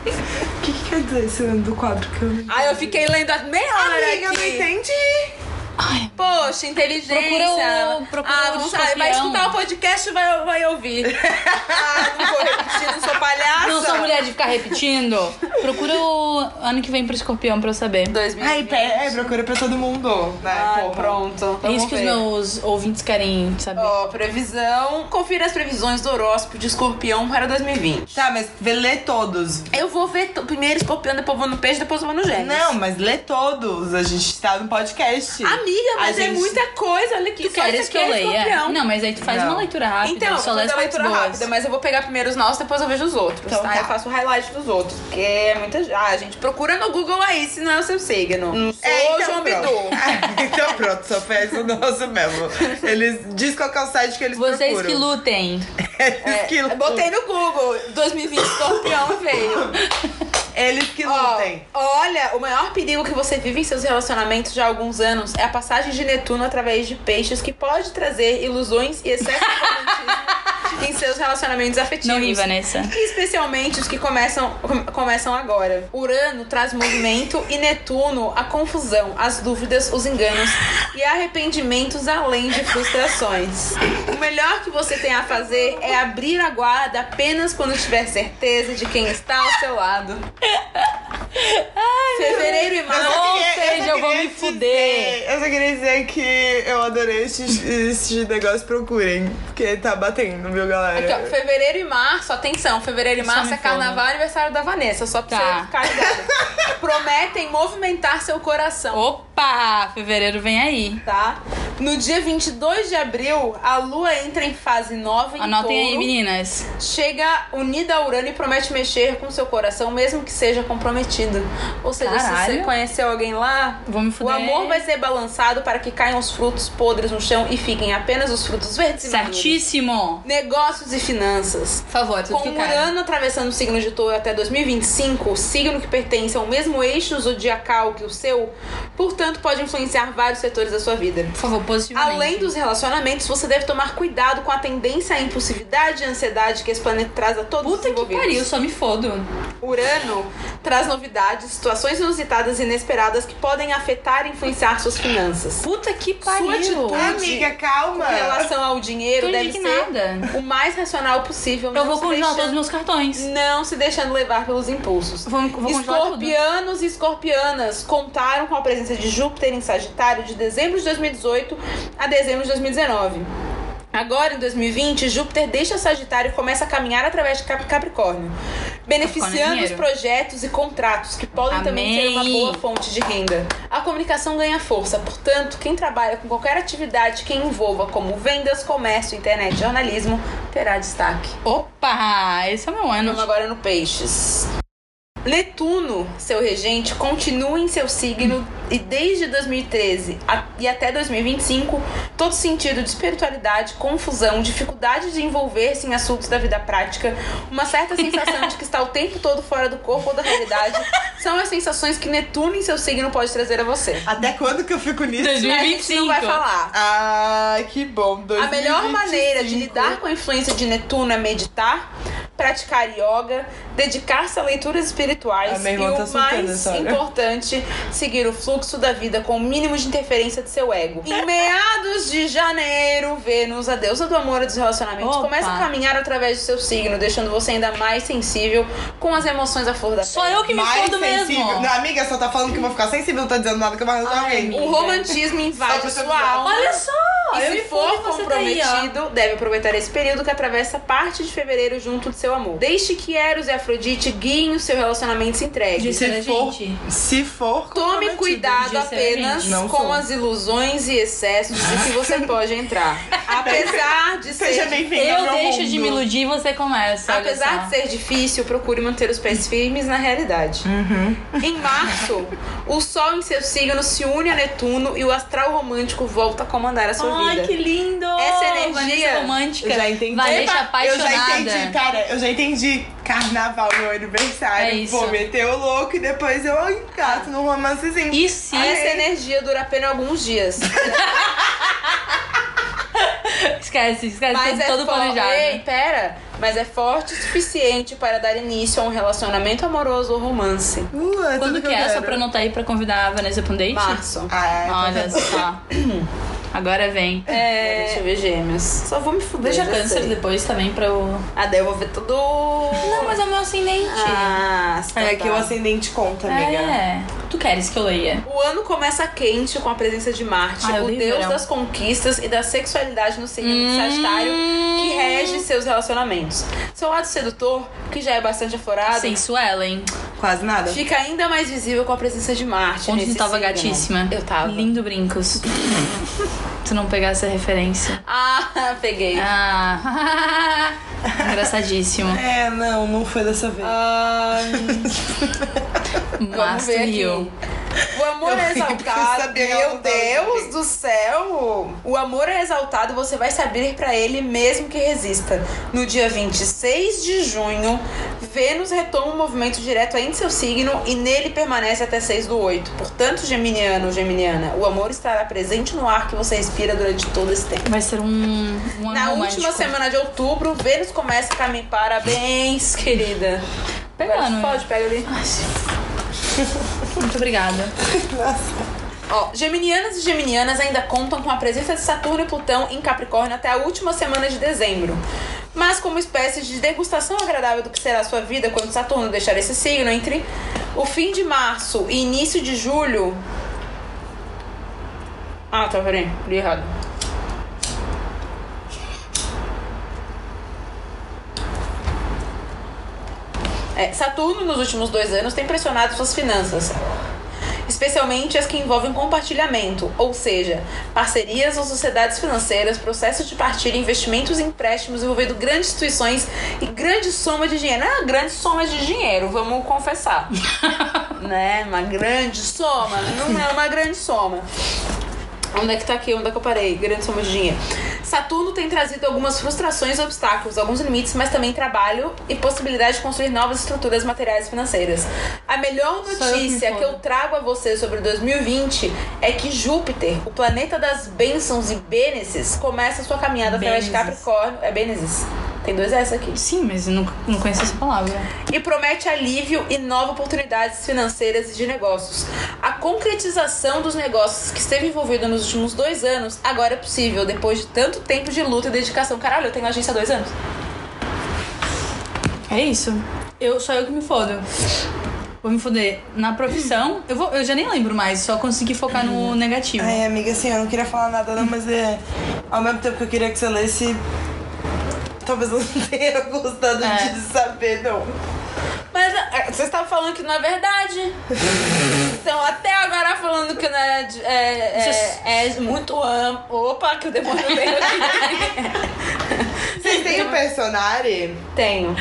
Speaker 4: O que, que quer dizer esse ano do quadro que eu.
Speaker 3: Aí eu fiquei lendo a meia hora
Speaker 4: Amiga, eu não
Speaker 3: aqui.
Speaker 4: entendi.
Speaker 3: Poxa, Poxa, inteligência.
Speaker 2: Procura o- procura
Speaker 3: ah,
Speaker 2: o
Speaker 3: não sabe, vai
Speaker 2: escorpião.
Speaker 3: escutar o podcast e vai, vai ouvir.
Speaker 4: Ah, não vou repetir, não sou
Speaker 3: Ah,
Speaker 4: palhaça.
Speaker 2: Não sou mulher de ficar repetindo. Procura o ano que vem pro escorpião pra eu saber.
Speaker 3: 2000.
Speaker 4: Ai, pé, é, procura pra todo mundo, né?
Speaker 3: Ai,
Speaker 4: Porra.
Speaker 3: pronto.
Speaker 2: É
Speaker 3: Vamos
Speaker 2: isso que os
Speaker 3: ver. Oh,
Speaker 2: meus ouvintes querem saber.
Speaker 3: Ó, previsão. Confira as previsões do horóscopo de escorpião para 2020.
Speaker 4: Tá, mas vê, lê todos.
Speaker 3: Eu vou ver t- primeiro escorpião, depois vou no peixe, depois vou no gêmeos.
Speaker 4: Não, mas lê todos. A gente tá no podcast.
Speaker 3: Amiga, mas
Speaker 4: A
Speaker 3: é
Speaker 4: gente-
Speaker 3: muita coisa. Olha aqui. é
Speaker 2: Tu queres que eu leia?
Speaker 3: Escorpião.
Speaker 2: Não, mas aí tu faz
Speaker 4: Não.
Speaker 2: uma leitura rápida.
Speaker 3: Então,
Speaker 2: só
Speaker 3: só
Speaker 2: lê
Speaker 3: vou
Speaker 2: as
Speaker 3: dar
Speaker 2: partes
Speaker 3: leitura
Speaker 2: boas.
Speaker 3: rápida, mas eu vou pegar primeiro os nossos, depois eu vejo os outros.
Speaker 4: Então
Speaker 3: tá?
Speaker 4: tá.
Speaker 3: Eu faço o highlight dos outros. Porque é muita. Ah, gente, procura no Google aí se não é o seu signo. Não sou
Speaker 4: É, então
Speaker 3: João
Speaker 4: pronto.
Speaker 3: Bidu.
Speaker 4: então pronto, só fez o nosso mesmo. Eles diz qual que é o site que eles
Speaker 2: Vocês
Speaker 4: procuram.
Speaker 2: que lutem.
Speaker 4: Eles que
Speaker 3: Eu
Speaker 4: lutem.
Speaker 3: Botei no Google 2020 escorpião e veio.
Speaker 4: Eles que
Speaker 3: Ó,
Speaker 4: lutem.
Speaker 3: olha, o maior perigo que você vive em seus relacionamentos já há alguns anos é a passagem de Netuno através de peixes que pode trazer ilusões e excesso de romantismo em seus relacionamentos afetivos.
Speaker 2: Não ri, Vanessa.
Speaker 3: Especialmente os que começam, com- começam agora. Urano traz movimento e Netuno a confusão, as dúvidas, os enganos e arrependimentos além de frustrações. O melhor que você tem a fazer é abrir a guarda apenas quando tiver certeza de quem está ao seu lado. Fevereiro e
Speaker 4: Eu só
Speaker 3: março.
Speaker 2: Ou
Speaker 4: queria-
Speaker 2: seja, eu vou
Speaker 4: queria
Speaker 2: me
Speaker 4: dizer-
Speaker 2: fuder.
Speaker 4: Eu só queria dizer que eu adorei esses, esses negócios. Procurem, porque tá batendo, viu, galera?
Speaker 3: Aqui, ó, fevereiro e março, atenção, fevereiro e
Speaker 2: Só
Speaker 3: março
Speaker 2: me
Speaker 3: é carnaval e aniversário da Vanessa, só pra
Speaker 2: Tá.
Speaker 3: você ficar ligado. Prometem movimentar seu coração.
Speaker 2: Opa! Fevereiro vem aí.
Speaker 3: tá? No dia 22 de abril, a Lua entra em fase nova em
Speaker 2: Anotem aí,
Speaker 3: touro,
Speaker 2: meninas.
Speaker 3: chega unida a Urano e promete mexer com seu coração, mesmo que seja comprometido. Ou seja, se
Speaker 2: Caralho.
Speaker 3: você conheceu alguém lá,
Speaker 2: Vou me fuder.
Speaker 3: o amor vai ser balançado para que caiam os frutos podres no chão e fiquem apenas os frutos verdes e maduros.
Speaker 2: Certíssimo.
Speaker 3: Negócios e finanças.
Speaker 2: Por favor, tudo
Speaker 3: Com
Speaker 2: que
Speaker 3: o
Speaker 2: cai.
Speaker 3: Urano atravessando o signo de touro até 2025, o signo que pertence ao mesmo eixo zodiacal que o seu, portanto pode influenciar vários setores da sua vida.
Speaker 2: Por favor, positivamente.
Speaker 3: Além dos relacionamentos, você deve tomar cuidado com a tendência à impulsividade e ansiedade que esse planeta traz a todos os
Speaker 2: Puta que
Speaker 3: envolvidos.
Speaker 2: pariu, só me fodo.
Speaker 3: Urano traz novidades, situações inusitadas e inesperadas que podem afetar e influenciar suas finanças.
Speaker 2: Puta que
Speaker 3: Sua
Speaker 2: pariu.
Speaker 3: atitude
Speaker 4: Ah, Amiga, calma.
Speaker 3: Com relação ao
Speaker 2: Tô
Speaker 3: dinheiro, deve ser
Speaker 2: indignada.
Speaker 3: o mais racional possível.
Speaker 2: Eu
Speaker 3: não
Speaker 2: vou
Speaker 3: se
Speaker 2: congelar todos os
Speaker 3: deixando-
Speaker 2: meus cartões.
Speaker 3: Não se deixando levar pelos impulsos.
Speaker 2: Vou, vou congelar tudo.
Speaker 3: Escorpianos e escorpianas contaram com a presença de Júpiter em Sagitário de dezembro de 2018 a dezembro de 2019. Agora, em 2020, Júpiter deixa Sagitário e começa a caminhar através de Cap- Capricórnio, beneficiando
Speaker 2: Capricórnio é
Speaker 3: os
Speaker 2: dinheiro.
Speaker 3: projetos e contratos que podem também ser uma
Speaker 2: Amém.
Speaker 3: boa fonte de renda. A comunicação ganha força, portanto, quem trabalha com qualquer atividade que envolva como vendas, comércio, internet, jornalismo, terá destaque.
Speaker 2: Opa, esse é o meu ano.
Speaker 3: Vamos agora no Peixes. Netuno, seu regente, continua em seu signo e desde 2013 a- e até 2025, todo sentido de espiritualidade, confusão, dificuldade de envolver-se em assuntos da vida prática, uma certa sensação de que está o tempo todo fora do corpo ou da realidade, são as sensações que Netuno em seu signo pode trazer a você.
Speaker 4: Até quando que eu fico nisso?
Speaker 3: Mas A gente não vai
Speaker 2: 2025.
Speaker 3: falar.
Speaker 4: Ai, que bom.
Speaker 3: A melhor
Speaker 4: 2025.
Speaker 3: maneira de lidar com a influência de Netuno é meditar, praticar yoga, dedicar-se a leituras
Speaker 4: Ah,
Speaker 3: espirituais
Speaker 4: meu
Speaker 3: e
Speaker 4: irmão tá
Speaker 3: o
Speaker 4: surtando
Speaker 3: mais
Speaker 4: essa hora.
Speaker 3: importante, seguir o fluxo da vida com o mínimo de interferência de seu ego. Em meados de janeiro, Vênus, a deusa do amor e dos relacionamentos,
Speaker 2: Opa.
Speaker 3: começa a caminhar através do seu signo, deixando você ainda mais sensível com as emoções à flor da
Speaker 2: Só
Speaker 3: pele.
Speaker 2: eu que me
Speaker 4: Mais
Speaker 2: fodo
Speaker 4: sensível.
Speaker 2: mesmo.
Speaker 4: Não, amiga, só tá falando que eu vou ficar sensível, não tá dizendo nada que eu vou arranjar
Speaker 2: Ai,
Speaker 4: alguém.
Speaker 2: amiga.
Speaker 3: O romantismo
Speaker 4: Só pra
Speaker 3: invade
Speaker 4: você
Speaker 3: sua
Speaker 4: avisar.
Speaker 3: alma.
Speaker 2: Olha só,
Speaker 3: E
Speaker 2: eu
Speaker 3: se
Speaker 2: me
Speaker 3: for
Speaker 2: fodo, você tá aí, ó.
Speaker 3: comprometido, deve aproveitar esse período que atravessa parte de fevereiro junto de seu amor. Deixe que Eros e Afrodite guiem o seu relacionamento e se entregue.
Speaker 2: Disse
Speaker 4: Se
Speaker 2: da
Speaker 4: for,
Speaker 2: gente.
Speaker 4: se for
Speaker 3: Tome
Speaker 4: comprometido.
Speaker 3: cuidado
Speaker 2: disse a
Speaker 3: apenas
Speaker 2: gente.
Speaker 4: Não
Speaker 3: com
Speaker 4: sou.
Speaker 3: as ilusões e excessos de que você pode entrar. Apesar de ser
Speaker 4: Seja bem-vindo ao
Speaker 2: Eu
Speaker 4: meu
Speaker 2: deixo de
Speaker 4: mundo.
Speaker 2: me iludir e você começa. olha
Speaker 3: Apesar
Speaker 2: só.
Speaker 3: de ser difícil, procure manter os pés firmes na realidade. Em março, o Sol em seu signo se une a Netuno e o astral romântico volta a comandar a sua
Speaker 2: Ai,
Speaker 3: vida.
Speaker 2: que lindo!
Speaker 3: Essa energia-
Speaker 2: Vanessa romântica.
Speaker 4: Eu já entendi.
Speaker 2: Vanessa
Speaker 4: Epa,
Speaker 2: apaixonada.
Speaker 4: Eu já entendi, cara. Eu já entendi. Carnaval, meu aniversário.
Speaker 2: É isso.
Speaker 4: Vou meter o louco e depois eu encato num romancezinho.
Speaker 2: E se,
Speaker 3: Essa energia dura apenas alguns dias.
Speaker 2: esquece, esquece
Speaker 3: Mas
Speaker 2: todo,
Speaker 3: é
Speaker 2: todo
Speaker 3: for-
Speaker 2: planejado. né?
Speaker 3: Ei, pera. Mas é forte o suficiente para dar início a um relacionamento amoroso ou romance.
Speaker 4: Uh, é
Speaker 2: Quando
Speaker 4: tudo
Speaker 2: que
Speaker 4: eu
Speaker 2: é? Só
Speaker 4: quero. Ah, é,
Speaker 2: pra eu anotar aí pra convidar a Vanessa pra um date?
Speaker 3: Março.
Speaker 4: Ai,
Speaker 2: Olha só. Agora vem.
Speaker 3: Deixa eu ver gêmeos. Só vou me fuder.
Speaker 2: Deixa
Speaker 3: já
Speaker 2: câncer
Speaker 3: sei.
Speaker 2: depois também pra o.
Speaker 3: Ah, daí eu vou ver tudo.
Speaker 2: Não, mas é o meu ascendente.
Speaker 3: Ah, tá,
Speaker 4: É que o
Speaker 3: tá.
Speaker 4: ascendente conta, amiga.
Speaker 2: é. Tu queres que eu leia?
Speaker 3: O ano começa quente com a presença de Marte,
Speaker 2: Ah, eu
Speaker 3: o
Speaker 2: odeio
Speaker 3: deus
Speaker 2: verão.
Speaker 3: das conquistas e da sexualidade no signo de Sagitário, que rege seus relacionamentos. Seu lado sedutor, que já é bastante aflorado,
Speaker 2: Sensuela, hein?
Speaker 4: Quase nada.
Speaker 3: fica ainda mais visível com a presença de Marte.
Speaker 2: Ontem
Speaker 3: nesse
Speaker 2: tu tava
Speaker 3: signo.
Speaker 2: gatíssima.
Speaker 3: né? Eu tava.
Speaker 2: Lindo brincos. tu não pegasse a referência.
Speaker 3: Ah, peguei.
Speaker 2: Ah. Engraçadíssimo.
Speaker 4: É, não, não foi dessa vez.
Speaker 3: Ah,
Speaker 2: Mas
Speaker 3: vamos
Speaker 2: tu
Speaker 3: ver
Speaker 2: riu.
Speaker 3: aqui. O amor
Speaker 4: Eu
Speaker 3: é
Speaker 4: ri porque eu
Speaker 3: exaltado.
Speaker 4: sabia que ela
Speaker 3: Meu
Speaker 4: não tava
Speaker 3: Deus
Speaker 4: bem.
Speaker 3: do céu! O amor é exaltado, você vai saber pra ele mesmo que resista. No dia 26 de junho, Vênus retoma um movimento direto ainda em seu signo e nele permanece até 6 do 8. Portanto, geminiano ou geminiana, o amor estará presente no ar que você respira durante todo esse tempo.
Speaker 2: Vai ser um, um ano
Speaker 3: Na
Speaker 2: romântico.
Speaker 3: última semana de outubro, Vênus começa a caminhar. Parabéns, querida.
Speaker 2: Pegando.
Speaker 4: é?
Speaker 3: Agora Pode, pega ali.
Speaker 2: Muito obrigada.
Speaker 3: Ó, geminianas e geminianas ainda contam com a presença de Saturno e Plutão em Capricórnio até a última semana de dezembro. Mas como espécie de degustação agradável do que será a sua vida quando Saturno deixar esse signo entre o fim de março e início de julho. Ah, tá, peraí, li errado. É, Saturno, nos últimos dois anos, tem pressionado suas finanças, especialmente as que envolvem compartilhamento, ou seja, parcerias ou sociedades financeiras, processos de partilha, investimentos e empréstimos envolvendo grandes instituições e grande soma de dinheiro. Não é uma grande soma de dinheiro, vamos confessar. né? Uma grande soma. Não é uma grande soma. Onde é que tá aqui? Onde é que eu parei? Grande soma de dinheiro. Saturno tem trazido algumas frustrações e obstáculos, alguns limites, mas também trabalho e possibilidade de construir novas estruturas materiais e financeiras. A melhor
Speaker 2: Só eu que me
Speaker 3: notícia que
Speaker 2: fodo.
Speaker 3: eu trago a você sobre 2020 é que Júpiter, o planeta das bênçãos e bêneces, começa sua caminhada através de
Speaker 2: Bênezes.
Speaker 3: Capricórnio. É bênezes? Tem dois S aqui.
Speaker 2: Sim, mas eu não, não conheço essa palavra.
Speaker 3: E promete alívio e novas oportunidades financeiras e de negócios. A concretização dos negócios que esteve envolvida nos últimos dois anos agora é possível, depois de tanto tempo de luta e dedicação. Caralho, eu tenho agência há dois anos.
Speaker 2: É isso. Eu, só eu que me fodo. Vou me foder na profissão. Eu, vou, eu já nem lembro mais, só consegui focar no negativo.
Speaker 4: Ai, amiga, assim, eu não queria falar nada não, mas é... Ao mesmo tempo que eu queria que você lesse... Talvez eu não tenha gostado
Speaker 2: É.
Speaker 4: de saber, não.
Speaker 3: Mas é, vocês estavam falando que não é verdade. Estão até agora falando que não é. de- É, é, é muito amplo. Opa, que o demônio veio aqui.
Speaker 4: Vocês têm o personagem?
Speaker 3: Tenho.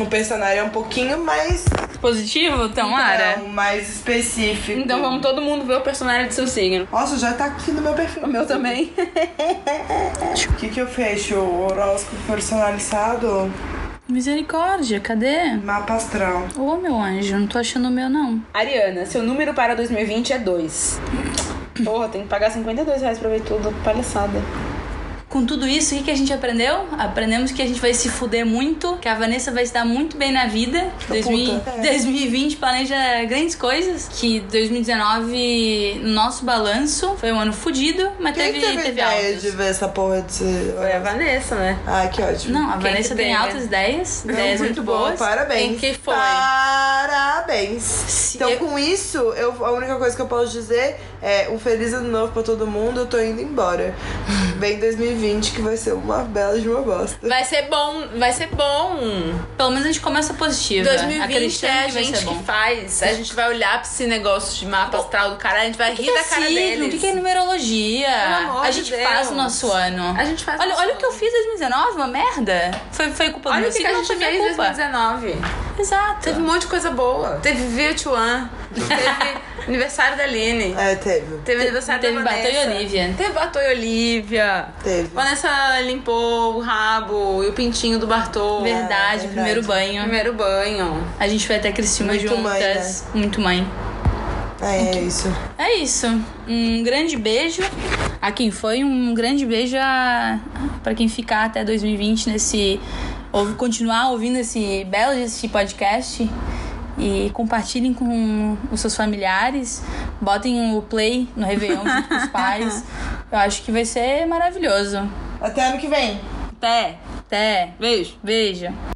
Speaker 4: O personagem é um pouquinho mais...
Speaker 2: Positivo, então, Ara?
Speaker 4: não, mais específico.
Speaker 3: Então vamos todo mundo ver o personagem de seu signo.
Speaker 4: Nossa, já tá aqui no meu perfil.
Speaker 3: O meu também.
Speaker 4: O que que eu fecho? O horóscopo personalizado?
Speaker 2: Misericórdia, cadê?
Speaker 4: Mapa astral.
Speaker 2: Ô, meu anjo, não tô achando o meu, não.
Speaker 3: Ariana, seu número para 2020 é 2. Porra, tem que pagar 52 reais pra ver tudo. Palhaçada.
Speaker 2: Com tudo isso, o que, que a gente aprendeu? Aprendemos que a gente vai se fuder muito, que a Vanessa vai se dar muito bem na vida. 2000
Speaker 4: puta.
Speaker 2: 2020 planeja grandes coisas. Que 2019, nosso balanço, foi um ano fudido, mas
Speaker 4: Quem é
Speaker 2: teve,
Speaker 4: teve a
Speaker 2: teve
Speaker 4: ideia
Speaker 2: altas.
Speaker 4: de ver essa porra desse...
Speaker 3: Foi a Vanessa, né?
Speaker 4: Ai, que ótimo.
Speaker 2: Não, a
Speaker 3: Quem
Speaker 2: Vanessa
Speaker 3: que
Speaker 2: tem
Speaker 3: tem,
Speaker 2: altas
Speaker 3: né?
Speaker 2: ideias,
Speaker 4: Não,
Speaker 2: ideias muito, boas.
Speaker 4: Parabéns.
Speaker 3: Quem que foi?
Speaker 4: Parabéns.
Speaker 2: Se-
Speaker 4: Então,
Speaker 2: eu-
Speaker 4: com isso, eu, a única coisa que eu posso dizer é um feliz ano novo pra todo mundo. Eu tô indo embora. Vem 2020, que vai ser uma bela de uma bosta.
Speaker 3: Vai ser bom, vai ser bom.
Speaker 2: Pelo menos a gente começa positiva.
Speaker 3: 2020
Speaker 2: Acreditando
Speaker 3: é a
Speaker 2: que vai
Speaker 3: gente
Speaker 2: ser bom.
Speaker 3: que faz. A gente vai olhar pra esse negócio de mapa astral do caralho, a gente vai
Speaker 2: O que,
Speaker 3: rir
Speaker 2: que é
Speaker 3: da cara
Speaker 2: signo?
Speaker 3: deles.
Speaker 2: O que, que é numerologia?
Speaker 3: Pelo amor
Speaker 2: a
Speaker 3: de
Speaker 2: gente
Speaker 3: Deus.
Speaker 2: faz o nosso ano.
Speaker 3: A gente faz
Speaker 2: Olha,
Speaker 3: nosso
Speaker 2: olha o que eu fiz em 2019, uma merda. Foi, foi culpa do
Speaker 3: Olha
Speaker 2: meu
Speaker 3: o que, que
Speaker 2: signo,
Speaker 3: a
Speaker 2: não
Speaker 3: gente
Speaker 2: foi
Speaker 3: fez em
Speaker 2: minha culpa.
Speaker 3: 2019.
Speaker 2: Exato.
Speaker 3: Teve um monte de coisa boa. Teve Virtuan, teve aniversário da Aline,
Speaker 4: É, teve.
Speaker 3: teve aniversário
Speaker 2: Teve
Speaker 3: da
Speaker 2: Batom
Speaker 3: Vanessa.
Speaker 2: e Olivia.
Speaker 3: Teve Batom e Olivia.
Speaker 4: Teve.
Speaker 3: Vanessa limpou o rabo e o pintinho do Bartô.
Speaker 2: Verdade,
Speaker 3: é
Speaker 4: verdade.
Speaker 2: primeiro banho.
Speaker 3: Primeiro banho.
Speaker 2: A gente foi até Criciúma
Speaker 4: Muito
Speaker 2: juntas.
Speaker 4: mãe,
Speaker 3: né?
Speaker 2: Muito mãe.
Speaker 4: É, é isso.
Speaker 2: É isso. Um grande beijo a quem foi, um grande beijo a... para quem ficar até 2020 nesse ou continuar ouvindo esse belo desse podcast E compartilhem com os seus familiares. Botem o play no Réveillon junto com os pais. Eu acho que vai ser maravilhoso.
Speaker 4: Até ano que vem.
Speaker 2: Até. Até.
Speaker 3: Beijo.
Speaker 2: Beijo.